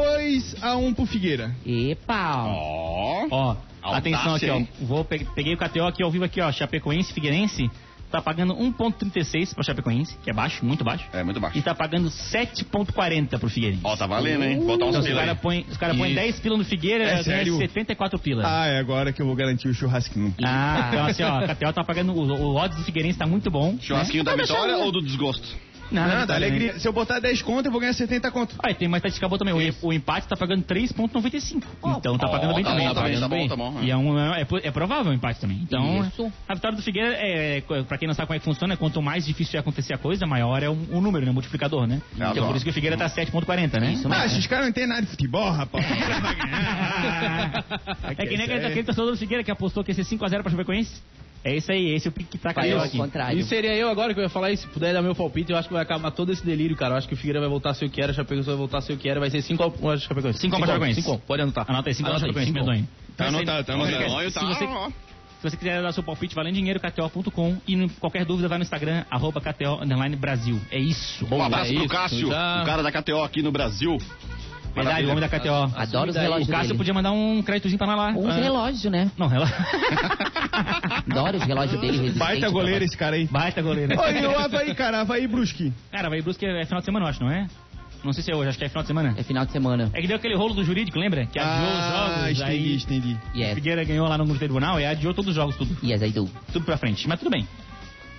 Speaker 3: 2x1 pro Figueira.
Speaker 4: Epa!
Speaker 1: Ó.
Speaker 2: Ó,
Speaker 1: Audácia,
Speaker 2: atenção aqui, ó.
Speaker 1: hein?
Speaker 2: Vou, pe- peguei o KTO aqui ao vivo aqui, ó. Chapecoense, Figueirense. Tá pagando 1.36 pra Chapecoense, que é baixo, muito baixo.
Speaker 1: É muito baixo.
Speaker 2: E tá pagando 7.40 pro Figueirense.
Speaker 1: Ó, tá valendo, hein? Botar uns
Speaker 2: Então, os
Speaker 1: pila aí.
Speaker 2: caras põem cara põe
Speaker 5: Isso.
Speaker 2: 10 pila no Figueira, né,
Speaker 3: É
Speaker 2: ganha
Speaker 3: sério?
Speaker 2: 74 pila.
Speaker 3: Ah, é agora que eu vou garantir o churrasquinho.
Speaker 2: Ah, então assim, ó, o KTO tá pagando. O, o odds do Figueirense tá muito bom. Tá
Speaker 1: Churrasquinho da vitória ou do desgosto?
Speaker 2: Não,
Speaker 3: Ah, dá alegria. Se eu botar 10 conto, eu vou ganhar 70 conto.
Speaker 2: Ah, e tem uma estatística boa também. O, o empate tá pagando 3,95. então tá pagando
Speaker 1: Ó,
Speaker 2: bem
Speaker 1: tá
Speaker 2: também.
Speaker 1: bom, tá bem, tá
Speaker 2: pagando
Speaker 1: bom, tá bom, é.
Speaker 2: E é, um, é, é provável o empate também. Então,
Speaker 4: Isso.
Speaker 2: a vitória do Figueira, é, é, pra quem não sabe como é que funciona, quanto mais difícil é acontecer a coisa, maior é o, o número, né? O multiplicador, né?
Speaker 1: Ah,
Speaker 2: então
Speaker 1: bom.
Speaker 2: por isso que o Figueira tá 7,40, né?
Speaker 4: Isso
Speaker 3: Ah,
Speaker 4: mesmo.
Speaker 3: esses caras não entendem nada de futebol, rapaz.
Speaker 2: é que nem aquele, aquele torcedor do Figueira que apostou que ia ser 5x0 pra Chapecoense. É isso aí, esse é o pique que tá
Speaker 4: Vai
Speaker 2: caindo
Speaker 4: ao
Speaker 2: aqui.
Speaker 4: contrário.
Speaker 5: E seria eu agora que eu ia falar isso, se puder dar meu palpite, eu acho que vai acabar todo esse delírio, cara. Eu acho que o Figueira vai voltar se eu quero, a Chapecoense vai voltar se eu quero, vai ser 5 a Chapecoense.
Speaker 2: 5 pra Chapecoense.
Speaker 5: 5 pode anotar.
Speaker 2: Anota aí, 5 pra
Speaker 5: Anota aí,
Speaker 2: Chapecoense,
Speaker 1: um.
Speaker 5: cinco.
Speaker 2: medonho.
Speaker 3: Tá anotado, tá anotado.
Speaker 1: Olha, tá,
Speaker 2: Se você-
Speaker 1: ó.
Speaker 2: Se você quiser dar seu palpite, valendo dinheiro, KTO.com. E no- qualquer dúvida, vai no Instagram, arroba KTO underline Brasil. É isso.
Speaker 1: Um abraço
Speaker 5: é
Speaker 1: pro
Speaker 5: isso,
Speaker 1: Cássio,
Speaker 5: já.
Speaker 1: o cara da KTO aqui no Brasil.
Speaker 2: Verdade, o homem da KTO.
Speaker 4: Adoro os
Speaker 5: daí.
Speaker 2: O
Speaker 4: relógios
Speaker 2: Cássio
Speaker 4: dele.
Speaker 2: podia mandar um créditozinho pra nós lá.
Speaker 4: Uns
Speaker 2: Ah,
Speaker 4: relógios, né?
Speaker 2: Não, relógio.
Speaker 4: Adoro os relógios dele. resistente
Speaker 3: Baita
Speaker 4: pra
Speaker 3: goleiro esse cara aí.
Speaker 2: Baita goleiro.
Speaker 3: Olha, e o Havaí, cara, Havaí e Brusque.
Speaker 2: Cara, vai Brusque é final de semana, eu acho, não é? Não sei se é hoje, acho que é final de semana.
Speaker 4: É final de semana.
Speaker 2: É que deu aquele rolo do jurídico, lembra? Que adiou
Speaker 3: Ah,
Speaker 2: os jogos,
Speaker 3: estendi,
Speaker 2: aí
Speaker 3: estendi.
Speaker 2: o
Speaker 4: Ah, Yes.
Speaker 2: Figueira ganhou lá no grupo tribunal e adiou todos os jogos, tudo,
Speaker 4: Yes, I do.
Speaker 2: tudo pra frente. Mas tudo bem.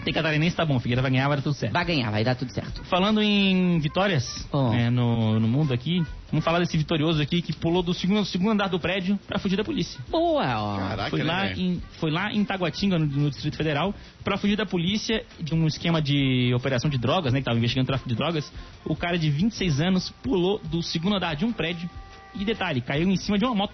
Speaker 2: Tem Catarinense, tá bom, o Figueira vai ganhar, vai dar tudo certo.
Speaker 4: Vai ganhar, vai dar tudo certo.
Speaker 2: Falando em vitórias
Speaker 4: Oh.
Speaker 2: né, no, no mundo aqui, vamos falar desse vitorioso aqui que pulou do segundo, segundo andar do prédio pra fugir da polícia.
Speaker 4: Boa, ó.
Speaker 5: Tá
Speaker 1: Caraca,
Speaker 2: Foi
Speaker 1: né,
Speaker 2: lá,
Speaker 1: velho?
Speaker 2: em, foi lá em Taguatinga, no, no Distrito Federal, pra fugir da polícia de um esquema de operação de drogas, né? Que tava investigando tráfico de drogas. O cara de 26 anos pulou do segundo andar de um prédio. E detalhe, caiu em cima de uma moto.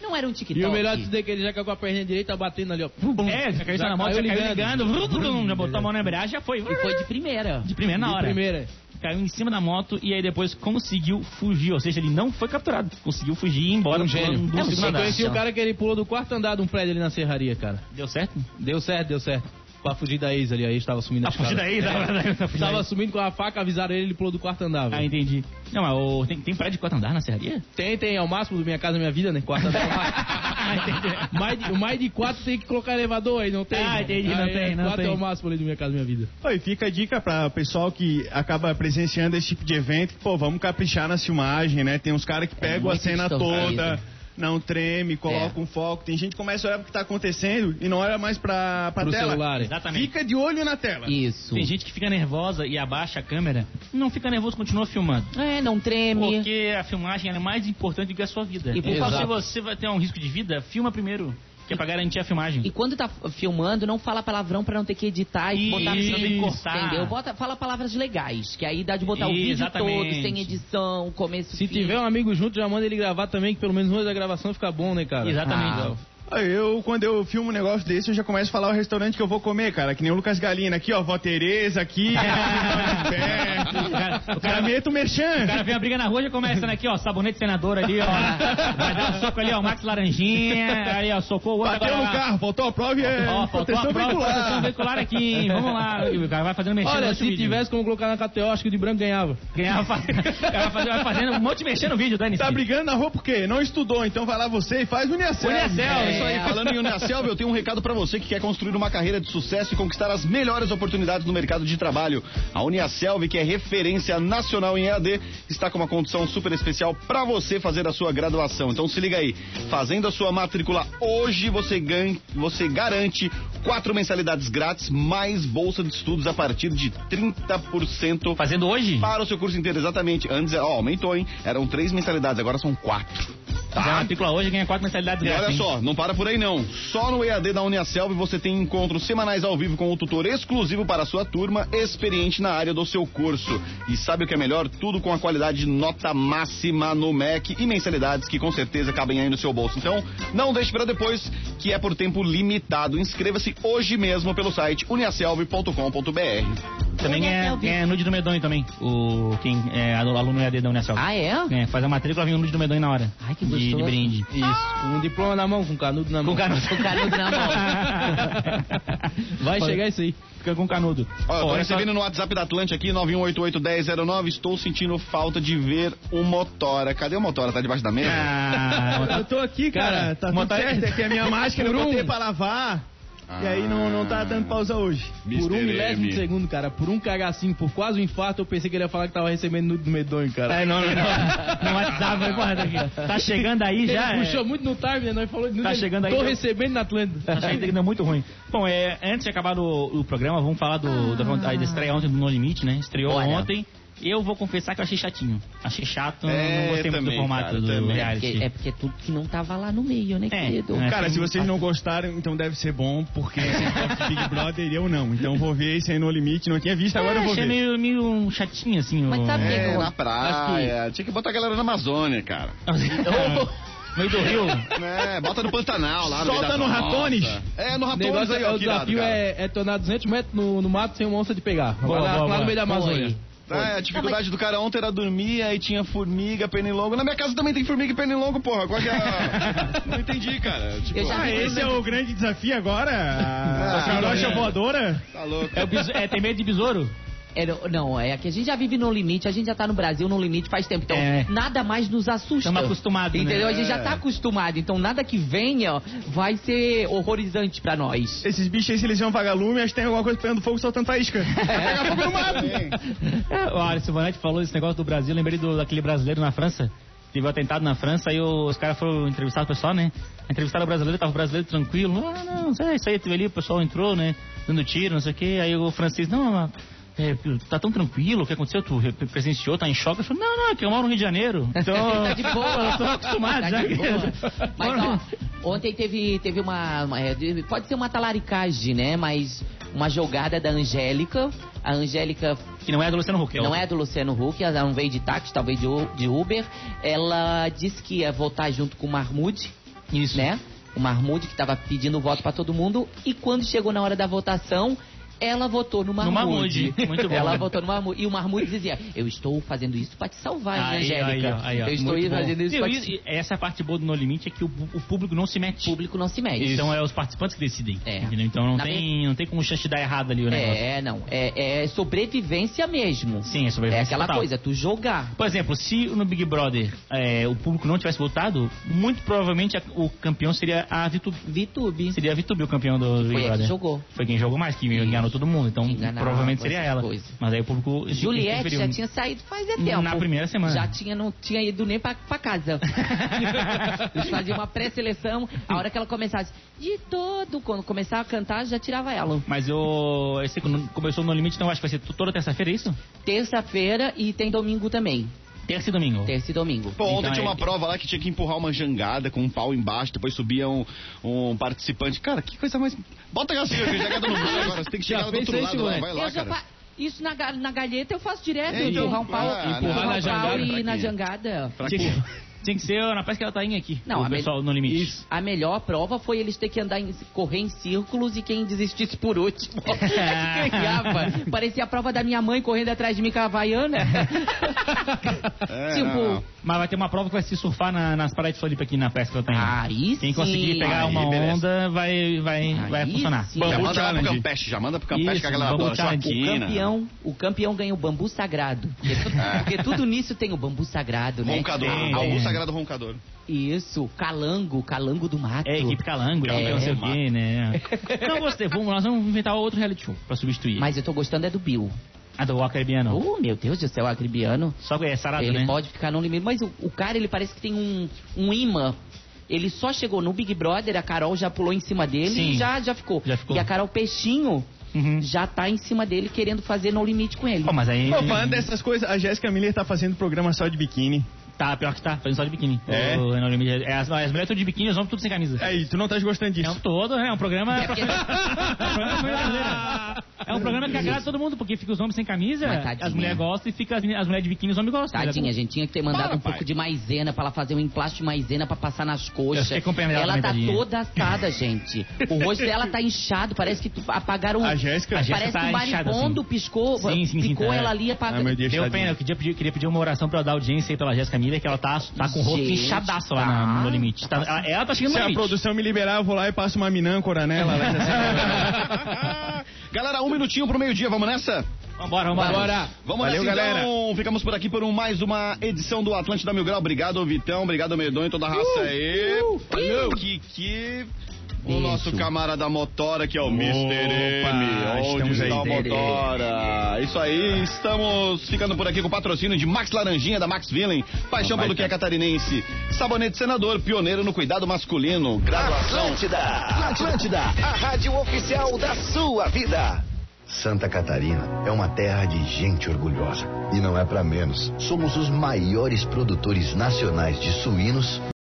Speaker 4: Não era um TikTok.
Speaker 5: E o melhor disso é que ele já caiu com a perninha direita batendo ali, ó.
Speaker 2: Então, é, já caiu
Speaker 5: Já
Speaker 2: na moto, já
Speaker 5: caiu
Speaker 2: caiu
Speaker 5: ligando.
Speaker 2: ligando. vrum, vrum, Já botou a mão na embreagem, já foi.
Speaker 4: E foi de primeira.
Speaker 2: De primeira na
Speaker 5: De
Speaker 2: hora.
Speaker 5: Primeira.
Speaker 2: caiu em cima da moto e aí depois conseguiu fugir. Ou seja, ele não foi capturado. Conseguiu fugir e ir embora.
Speaker 5: Um
Speaker 2: pulando
Speaker 5: gênio.
Speaker 2: do
Speaker 5: É um
Speaker 2: segundo
Speaker 5: gênio. Eu
Speaker 2: andar.
Speaker 5: conheci o cara que ele pulou do quarto andar de um prédio ali na serraria, cara.
Speaker 2: Deu certo? Tá
Speaker 5: Deu certo, deu certo. Pra fugir da ex ali, aí estava sumindo
Speaker 2: A
Speaker 5: as
Speaker 2: fugir daí, dá pra- dá pra fugir
Speaker 5: É. Tava
Speaker 2: daí.
Speaker 5: sumindo com a faca, avisaram ele, ele pulou do quarto andar,
Speaker 2: Ah,
Speaker 5: velho.
Speaker 2: entendi. Não, mas o- tem, tem prédio de quatro andar na serraria?
Speaker 5: Tem, tem, é o máximo do Minha Casa Minha Vida, né? Quarto andar. é o máximo. mais, de, mais de quatro tem que colocar elevador aí, não tem?
Speaker 2: Ah, entendi, não
Speaker 5: Aí,
Speaker 2: tem, não
Speaker 5: Quatro
Speaker 2: tem.
Speaker 5: é o máximo ali do Minha Casa Minha Vida.
Speaker 3: Oi, fica a dica pra pessoal que acaba presenciando esse tipo de evento. que, Pô, vamos caprichar na filmagem, né? Tem uns caras que pegam a
Speaker 4: muito
Speaker 3: cena
Speaker 4: distorcido.
Speaker 3: toda, não treme, coloca
Speaker 4: É.
Speaker 3: um foco. Tem gente que começa a olhar pro que tá acontecendo e não olha mais pra, pra
Speaker 5: Pro
Speaker 3: tela.
Speaker 5: celular. é.
Speaker 2: Exatamente.
Speaker 3: Fica de olho na tela.
Speaker 4: Isso.
Speaker 2: Tem gente que fica nervosa e abaixa a câmera. Não fica nervoso, continua filmando.
Speaker 4: É, não treme.
Speaker 2: Porque a filmagem ela é mais importante do que a sua vida.
Speaker 4: E por
Speaker 2: Então,
Speaker 5: favor-
Speaker 2: se você vai ter um risco de vida, filma primeiro. Que é pra garantir a filmagem.
Speaker 4: E quando tá filmando, não fala palavrão pra não ter que editar e
Speaker 2: Isso.
Speaker 4: botar não ter que cortar.
Speaker 2: Isso.
Speaker 4: Entendeu? Bota, fala palavras legais, que aí dá de botar o vídeo
Speaker 2: Exatamente.
Speaker 4: todo, sem edição, começo
Speaker 5: Se
Speaker 4: fim.
Speaker 5: tiver um amigo junto, já manda ele gravar também, que pelo menos uma da gravação fica bom, né, cara?
Speaker 2: Exatamente.
Speaker 3: Ah, Eu, quando eu filmo um negócio desse, eu já começo a falar o restaurante
Speaker 2: Tá
Speaker 3: que eu vou comer, cara. Que nem o Lucas Galina. Aqui, ó, Vó Tereza, aqui.
Speaker 2: O cara, O cara, o
Speaker 3: Gaveta Merchan.
Speaker 2: cara vê a briga na rua já começa né, aqui, ó, sabonete senador ali, ó. Vai dar um soco ali, ó, Max Laranjinha. Aí, ó, socou o outro.
Speaker 3: Bateu
Speaker 2: agora
Speaker 3: no
Speaker 2: lá.
Speaker 3: carro, faltou a prova e é
Speaker 2: Ó, faltou a
Speaker 3: proteção
Speaker 2: prova de proteção
Speaker 3: veicular.
Speaker 2: veicular aqui, hein? Vamos lá. E O cara vai fazendo mexendo
Speaker 5: Olha,
Speaker 2: no
Speaker 5: se
Speaker 2: vídeo.
Speaker 5: tivesse como colocar na KTO, acho que o de branco ganhava.
Speaker 2: Ganhava fa- o cara vai fazendo, vai fazendo um monte de mexendo no vídeo, Dani.
Speaker 3: Tá brigando na rua por quê? Não estudou, então vai lá você e faz o Uniacel.
Speaker 2: Uniacel.
Speaker 1: É, isso aí.
Speaker 4: É.
Speaker 1: Falando em Uniacelv, eu tenho um recado pra você que quer construir uma carreira de sucesso e conquistar as melhores oportunidades no mercado de trabalho. A Uniacelv, que é referência nacional em EAD, está com uma condição super especial pra você fazer a sua graduação. Então se liga aí. Fazendo a sua matrícula hoje, você ganha, você garante quatro mensalidades grátis mais bolsa de estudos a partir de 30%
Speaker 2: Fazendo hoje?
Speaker 1: para o seu curso inteiro, exatamente. Antes, ó, aumentou, hein? Eram três mensalidades, agora são quatro.
Speaker 2: Fazer uma matrícula hoje ganha quatro mensalidades
Speaker 1: E
Speaker 2: grátis.
Speaker 1: olha
Speaker 2: hein?
Speaker 1: só, não para por aí não. Só no EAD da Uniacelv você tem encontros semanais ao vivo com o tutor exclusivo para a sua turma, experiente na área do seu curso. E sabe o que é melhor? Tudo com a qualidade de nota máxima no MEC e mensalidades que com certeza cabem aí no seu bolso. Então, não deixe para depois, que é por tempo limitado. Inscreva-se hoje mesmo pelo site uniacelv.com.br.
Speaker 2: Também é ganha,
Speaker 4: Uniacelv.
Speaker 2: ganha nude do Medonho também. O, quem é aluno EAD da Unicel.
Speaker 4: Ah, é?
Speaker 2: É, faz a matrícula, vem o nude do Medonho na hora.
Speaker 4: Ai, que
Speaker 2: De- De,
Speaker 4: gostoso.
Speaker 2: brinde.
Speaker 5: Isso, com um diploma na mão, com um canudo na mão.
Speaker 2: Com canudo.
Speaker 4: O cara na mão.
Speaker 5: Vai chegar isso aí.
Speaker 2: Fica com um canudo.
Speaker 1: Ó, eu
Speaker 2: Ó,
Speaker 1: tô
Speaker 2: olha só-
Speaker 3: tá.
Speaker 1: recebendo no WhatsApp da Atlântica aqui, 91881009. Estou sentindo falta de ver o Motora. Cadê o Motora? Tá debaixo da mesa?
Speaker 2: Ah,
Speaker 3: Eu tô aqui, cara.
Speaker 2: Cara,
Speaker 3: Tá tudo
Speaker 2: botar-
Speaker 3: certo. É que a minha máscara eu
Speaker 5: Por um.
Speaker 3: botei pra lavar. E aí não, não tá dando pausa hoje.
Speaker 5: Por um
Speaker 1: Mr.
Speaker 5: milésimo
Speaker 1: M.
Speaker 5: de segundo, cara. Por um cagacinho, por quase um infarto, eu pensei que ele ia falar que tava recebendo nude do medonho, cara.
Speaker 2: É, não, não, não. No WhatsApp, vai correndo aqui. Tá chegando aí
Speaker 5: Ele
Speaker 2: já. é.
Speaker 5: puxou muito no time, né? Nós falou de nude,
Speaker 2: Tá
Speaker 5: ele,
Speaker 2: chegando aí,
Speaker 5: Tô
Speaker 2: então.
Speaker 5: recebendo na Atlântida.
Speaker 2: Acho que ainda é muito ruim. Bom, é, antes de acabar o, o programa, vamos falar do, da, da estreia ontem do No Limite, né? Estreou
Speaker 4: Olha.
Speaker 2: ontem. Eu vou confessar que eu achei chatinho. Achei chato,
Speaker 1: É,
Speaker 2: não gostei muito do
Speaker 1: também,
Speaker 2: formato
Speaker 1: cara,
Speaker 2: do
Speaker 1: também.
Speaker 4: É porque,
Speaker 2: reality.
Speaker 4: é porque tudo que não tava lá no meio, né,
Speaker 2: É,
Speaker 4: querido?
Speaker 2: é.
Speaker 3: Cara,
Speaker 2: foi
Speaker 3: se
Speaker 2: muito
Speaker 3: vocês não gostaram, então deve ser bom, porque vocês gostam de Big Brother e eu não. Então vou ver esse aí no limite, não tinha visto, agora
Speaker 2: É,
Speaker 3: eu vou
Speaker 2: achei
Speaker 3: ver.
Speaker 2: meio, meio um chatinho, assim.
Speaker 4: Mas
Speaker 2: o-
Speaker 4: sabe o que
Speaker 1: É,
Speaker 4: que eu-
Speaker 1: na praia. Tinha que botar a galera na Amazônia, cara.
Speaker 2: meio do Rio.
Speaker 1: É, bota no Pantanal lá. No meio
Speaker 3: Solta
Speaker 1: da
Speaker 3: no
Speaker 1: roça.
Speaker 3: Ratones.
Speaker 1: É, no
Speaker 5: O
Speaker 1: Ratones
Speaker 5: negócio
Speaker 1: aí,
Speaker 5: é,
Speaker 1: ó.
Speaker 5: o
Speaker 1: que irado,
Speaker 5: desafio
Speaker 1: cara.
Speaker 5: é, é tornar 200 metros no, no mato sem uma onça de pegar.
Speaker 2: Boa,
Speaker 5: lá,
Speaker 2: boa,
Speaker 5: lá
Speaker 2: boa.
Speaker 5: no meio da Amazônia.
Speaker 4: Foi.
Speaker 1: Ah, a dificuldade do cara ontem era dormir, aí tinha formiga, pernilongo. Na minha casa também tem formiga e pernilongo, porra. Qual que é a... Não entendi, cara. Tipo,
Speaker 4: Eu já
Speaker 3: Ah,
Speaker 4: vi
Speaker 3: esse é o grande desafio agora? A
Speaker 1: Ah,
Speaker 3: carocha
Speaker 2: é.
Speaker 3: voadora?
Speaker 1: tá louco.
Speaker 2: É, o beso- é, tem medo de besouro?
Speaker 4: É, não- não, é que a gente já vive no limite, a gente já tá no Brasil no limite faz tempo. Então,
Speaker 2: É.
Speaker 4: nada mais nos assusta.
Speaker 2: Estamos acostumados, né?
Speaker 4: Entendeu? A gente já
Speaker 1: É.
Speaker 4: tá acostumado. Então, nada que venha vai ser horrorizante pra nós.
Speaker 3: Esses bichos aí, se eles são vagalume, acho que tem alguma coisa pegando fogo e soltando faísca. Pega fogo no mato.
Speaker 2: É, o Alisson Vanetti falou esse negócio do Brasil, lembrei do, daquele brasileiro na França. Teve um atentado na França, aí os caras foram entrevistar o pessoal, né? Entrevistaram o brasileiro, tava o brasileiro tranquilo. Ah, não, é isso aí, teve ali, o pessoal entrou, né? Dando tiro, não sei o quê. Aí o francês, não, é, tá tão tranquilo, o que aconteceu? Tu re- presenciou, tá em choque? Eu falei, não, não, é que eu moro no Rio de Janeiro. Então,
Speaker 4: Tá de boa.
Speaker 2: eu tô acostumado
Speaker 4: Tá
Speaker 2: já.
Speaker 4: de
Speaker 2: que-
Speaker 4: boa. Mas,
Speaker 2: Moro-
Speaker 4: ó, ontem teve, teve uma, uma- é, Pode ser uma talaricagem, né? Mas uma jogada da Angélica. A Angélica
Speaker 2: Que não é do Luciano Huck.
Speaker 4: não
Speaker 2: outro.
Speaker 4: é do Luciano Huck, ela não veio de táxi, talvez de U- de Uber. Ela disse que ia votar junto com o Marmude,
Speaker 2: Isso.
Speaker 4: né? O Marmude que estava pedindo voto para todo mundo. E quando chegou na hora da votação, ela votou no
Speaker 2: No
Speaker 4: Marmude.
Speaker 2: Mahmoud, muito bom.
Speaker 4: Ela votou no Marmude. E o Marmude dizia: Eu estou fazendo isso para te salvar, hein,
Speaker 2: Aí,
Speaker 4: Angélica.
Speaker 2: aí, ó, aí, ó,
Speaker 4: Eu estou
Speaker 2: muito bom.
Speaker 4: fazendo isso
Speaker 2: Viu,
Speaker 4: para te
Speaker 2: e- e Essa é a parte boa do No Limite, é que o, o público não se mete.
Speaker 4: O público não se mexe.
Speaker 2: Então é os participantes que decidem.
Speaker 4: É.
Speaker 2: entendeu? Então não
Speaker 4: Na
Speaker 2: tem, não tem como chance de dar errado ali o negócio.
Speaker 4: é, é, não. É, é sobrevivência mesmo.
Speaker 2: Sim, é
Speaker 4: É
Speaker 2: sobrevivência
Speaker 4: aquela
Speaker 2: total.
Speaker 4: coisa, tu jogar.
Speaker 2: Por exemplo, se no Big Brother é, o público não tivesse votado, muito provavelmente a- o campeão seria a Vitube.
Speaker 4: Vitube.
Speaker 2: Seria a Vitube o campeão do Big
Speaker 4: Foi a
Speaker 2: Brother.
Speaker 4: que jogou.
Speaker 2: Foi quem jogou mais, que enganou todo mundo. Então
Speaker 4: Que enganava,
Speaker 2: provavelmente seria
Speaker 4: essas
Speaker 2: ela.
Speaker 4: coisas.
Speaker 2: Mas aí o público.
Speaker 4: Juliette
Speaker 2: interferiu.
Speaker 4: já tinha saído faz é tempo.
Speaker 2: Na primeira semana.
Speaker 4: Já tinha, não tinha ido nem pra, pra casa. Eles faziam uma pré-seleção, a hora que ela começasse, de todo, quando começava a cantar, já tirava ela.
Speaker 2: Mas eu. Esse que começou no limite, então acho que vai ser toda terça-feira, é isso?
Speaker 4: Terça-feira e tem domingo também.
Speaker 2: Terça e domingo.
Speaker 4: Terça e domingo.
Speaker 1: Pô, ontem
Speaker 2: Então,
Speaker 1: tinha
Speaker 2: é-
Speaker 1: uma prova lá que tinha que empurrar uma jangada com um pau embaixo, depois subia um, um participante. Cara, que coisa mais. Bota a gacinha, jangada no meio agora. Você tem que é
Speaker 5: Já
Speaker 1: chegar lá do outro
Speaker 5: fez isso,
Speaker 1: lado. lá.
Speaker 5: né?
Speaker 1: Vai
Speaker 4: Eu
Speaker 1: lá,
Speaker 4: já
Speaker 1: cara.
Speaker 4: fa- Isso na, ga- na galheta eu faço direto,
Speaker 1: É,
Speaker 4: empurrar um pau,
Speaker 1: empurrar,
Speaker 4: empurrar
Speaker 5: na
Speaker 4: um pau
Speaker 5: jangada,
Speaker 4: e na
Speaker 1: fraquinha.
Speaker 4: jangada.
Speaker 1: Fraquinho.
Speaker 2: Tinha que ser na pesca da tainha aqui.
Speaker 4: Não,
Speaker 2: o
Speaker 4: a
Speaker 2: pessoal
Speaker 4: mel-
Speaker 2: no limite.
Speaker 5: Isso.
Speaker 4: A melhor prova foi eles ter que andar em, correr em círculos e quem desistisse por último ganhava. Parecia a prova da minha mãe correndo atrás de mim com a Havaiana.
Speaker 1: É,
Speaker 4: tipo,
Speaker 1: não, não.
Speaker 2: Mas vai ter uma prova que vai se surfar na- nas praias de Floripa aqui na pesca da tainha.
Speaker 4: aí
Speaker 2: Quem
Speaker 4: sim.
Speaker 2: conseguir pegar
Speaker 1: aí
Speaker 2: uma
Speaker 1: beleza.
Speaker 2: onda vai, vai, vai
Speaker 4: Aí
Speaker 2: funcionar.
Speaker 4: sim.
Speaker 1: Já
Speaker 3: Bambu
Speaker 1: manda lá pro
Speaker 3: challenge.
Speaker 1: Campeche, já manda pro Campeche
Speaker 2: um Isso,
Speaker 1: com aquela
Speaker 2: bambu
Speaker 1: bola
Speaker 2: challenge.
Speaker 4: O
Speaker 1: chaquina.
Speaker 4: campeão, o campeão ganha o bambu sagrado. Porque, tu-
Speaker 2: É.
Speaker 4: porque tudo nisso tem o bambu sagrado, né?
Speaker 1: Roncador,
Speaker 2: Sim,
Speaker 1: Albu
Speaker 2: é.
Speaker 1: Sagrado Roncador.
Speaker 4: Isso, calango, calango do mato.
Speaker 2: É, equipe calango,
Speaker 4: É.
Speaker 2: é, não sei o quê, né? Não gostei, vamos, nós vamos inventar outro reality show pra substituir.
Speaker 4: Mas eu tô gostando é do Bill.
Speaker 2: A do Walker Biano.
Speaker 4: Oh, meu Deus do céu, agribiano.
Speaker 2: Só que é sarado,
Speaker 4: ele
Speaker 2: né?
Speaker 4: pode ficar no limite. Mas o, o cara, ele parece que tem um, um imã. Ele só chegou no Big Brother, a Carol já pulou em cima dele
Speaker 2: Sim.
Speaker 4: e já, já, ficou.
Speaker 2: Já ficou.
Speaker 4: E a Carol Peixinho
Speaker 2: Uhum.
Speaker 4: já tá em cima dele, querendo fazer no limite com ele.
Speaker 2: Pô, mas aí.
Speaker 3: Pô, falando dessas coisas, a Jéssica Miller tá fazendo programa só de biquíni.
Speaker 2: Tá, pior que tá, fazendo só de biquíni.
Speaker 3: É?
Speaker 2: O- o- não, é, as, as mulheres tudo de biquíni, os homens tudo sem camisa.
Speaker 4: É
Speaker 3: Aí, tu não tá gostando
Speaker 2: É um
Speaker 3: disso.
Speaker 2: todo, né? É um programa. é um programa de família brasileira. É um programa que agrada todo mundo, porque fica os homens sem camisa,
Speaker 4: Mas tadinha.
Speaker 2: as mulheres gostam e fica as, meni- as mulheres de biquíni, os homens gostam. né?
Speaker 4: Tadinha, a gente tinha que ter mandado
Speaker 3: Para,
Speaker 4: um
Speaker 3: pai.
Speaker 4: pouco de maisena pra ela fazer um emplaste de maisena pra passar nas
Speaker 2: Eu
Speaker 4: coxas.
Speaker 2: fiquei acompanhando ela
Speaker 4: Ela
Speaker 2: também,
Speaker 4: tá
Speaker 2: tadinha.
Speaker 4: toda assada, gente. O rosto dela tá inchado, parece que tu- apagaram...
Speaker 3: A Jéssica-
Speaker 2: A Jéssica
Speaker 4: Parece
Speaker 2: tá
Speaker 4: que o
Speaker 2: inchada,
Speaker 4: maribondo piscou,
Speaker 2: Sim, sim, sim,
Speaker 4: picou
Speaker 2: tá.
Speaker 4: ela ali e apagou.
Speaker 3: Ah, meu Deus,
Speaker 2: Deu
Speaker 3: tadinha.
Speaker 2: pena, eu queria pedir, queria pedir uma oração pra dar audiência aí pela Jéssica Miller, que ela tá, tá com o rosto
Speaker 4: Gente,
Speaker 2: inchadaço lá na- no,
Speaker 4: tá.
Speaker 2: limite. Tá- ela, ela tá chegando
Speaker 3: Se
Speaker 2: no
Speaker 3: é a
Speaker 2: limite.
Speaker 3: produção me liberar, eu vou lá e passo uma minâncora nela. Ela já sabe.
Speaker 1: Galera, um minutinho pro meio-dia, vamos nessa?
Speaker 2: Vambora, vambora.
Speaker 5: Agora,
Speaker 1: Vamos
Speaker 3: Valeu,
Speaker 1: nessa
Speaker 3: galera.
Speaker 1: então. Ficamos por aqui por um- mais uma edição do Atlântida Mil Grau. Obrigado, Vitão. Obrigado, Medonho e toda a
Speaker 3: Uh,
Speaker 1: raça aí. Valeu, Kiki. O
Speaker 4: Beijo.
Speaker 1: nosso camarada Motora, que é o Mr. M. Onde
Speaker 3: estamos aí,
Speaker 1: está o
Speaker 3: Tere.
Speaker 1: Motora? Isso aí, estamos ficando por aqui com o patrocínio de Max Laranjinha, da Max Villain. Paixão pelo que é catarinense. Sabonete Senador, pioneiro no cuidado masculino. Graduação.
Speaker 8: Atlântida, Atlântida, a rádio oficial da sua vida. Santa Catarina é uma terra de gente orgulhosa. E não é para menos. Somos os maiores produtores nacionais de suínos.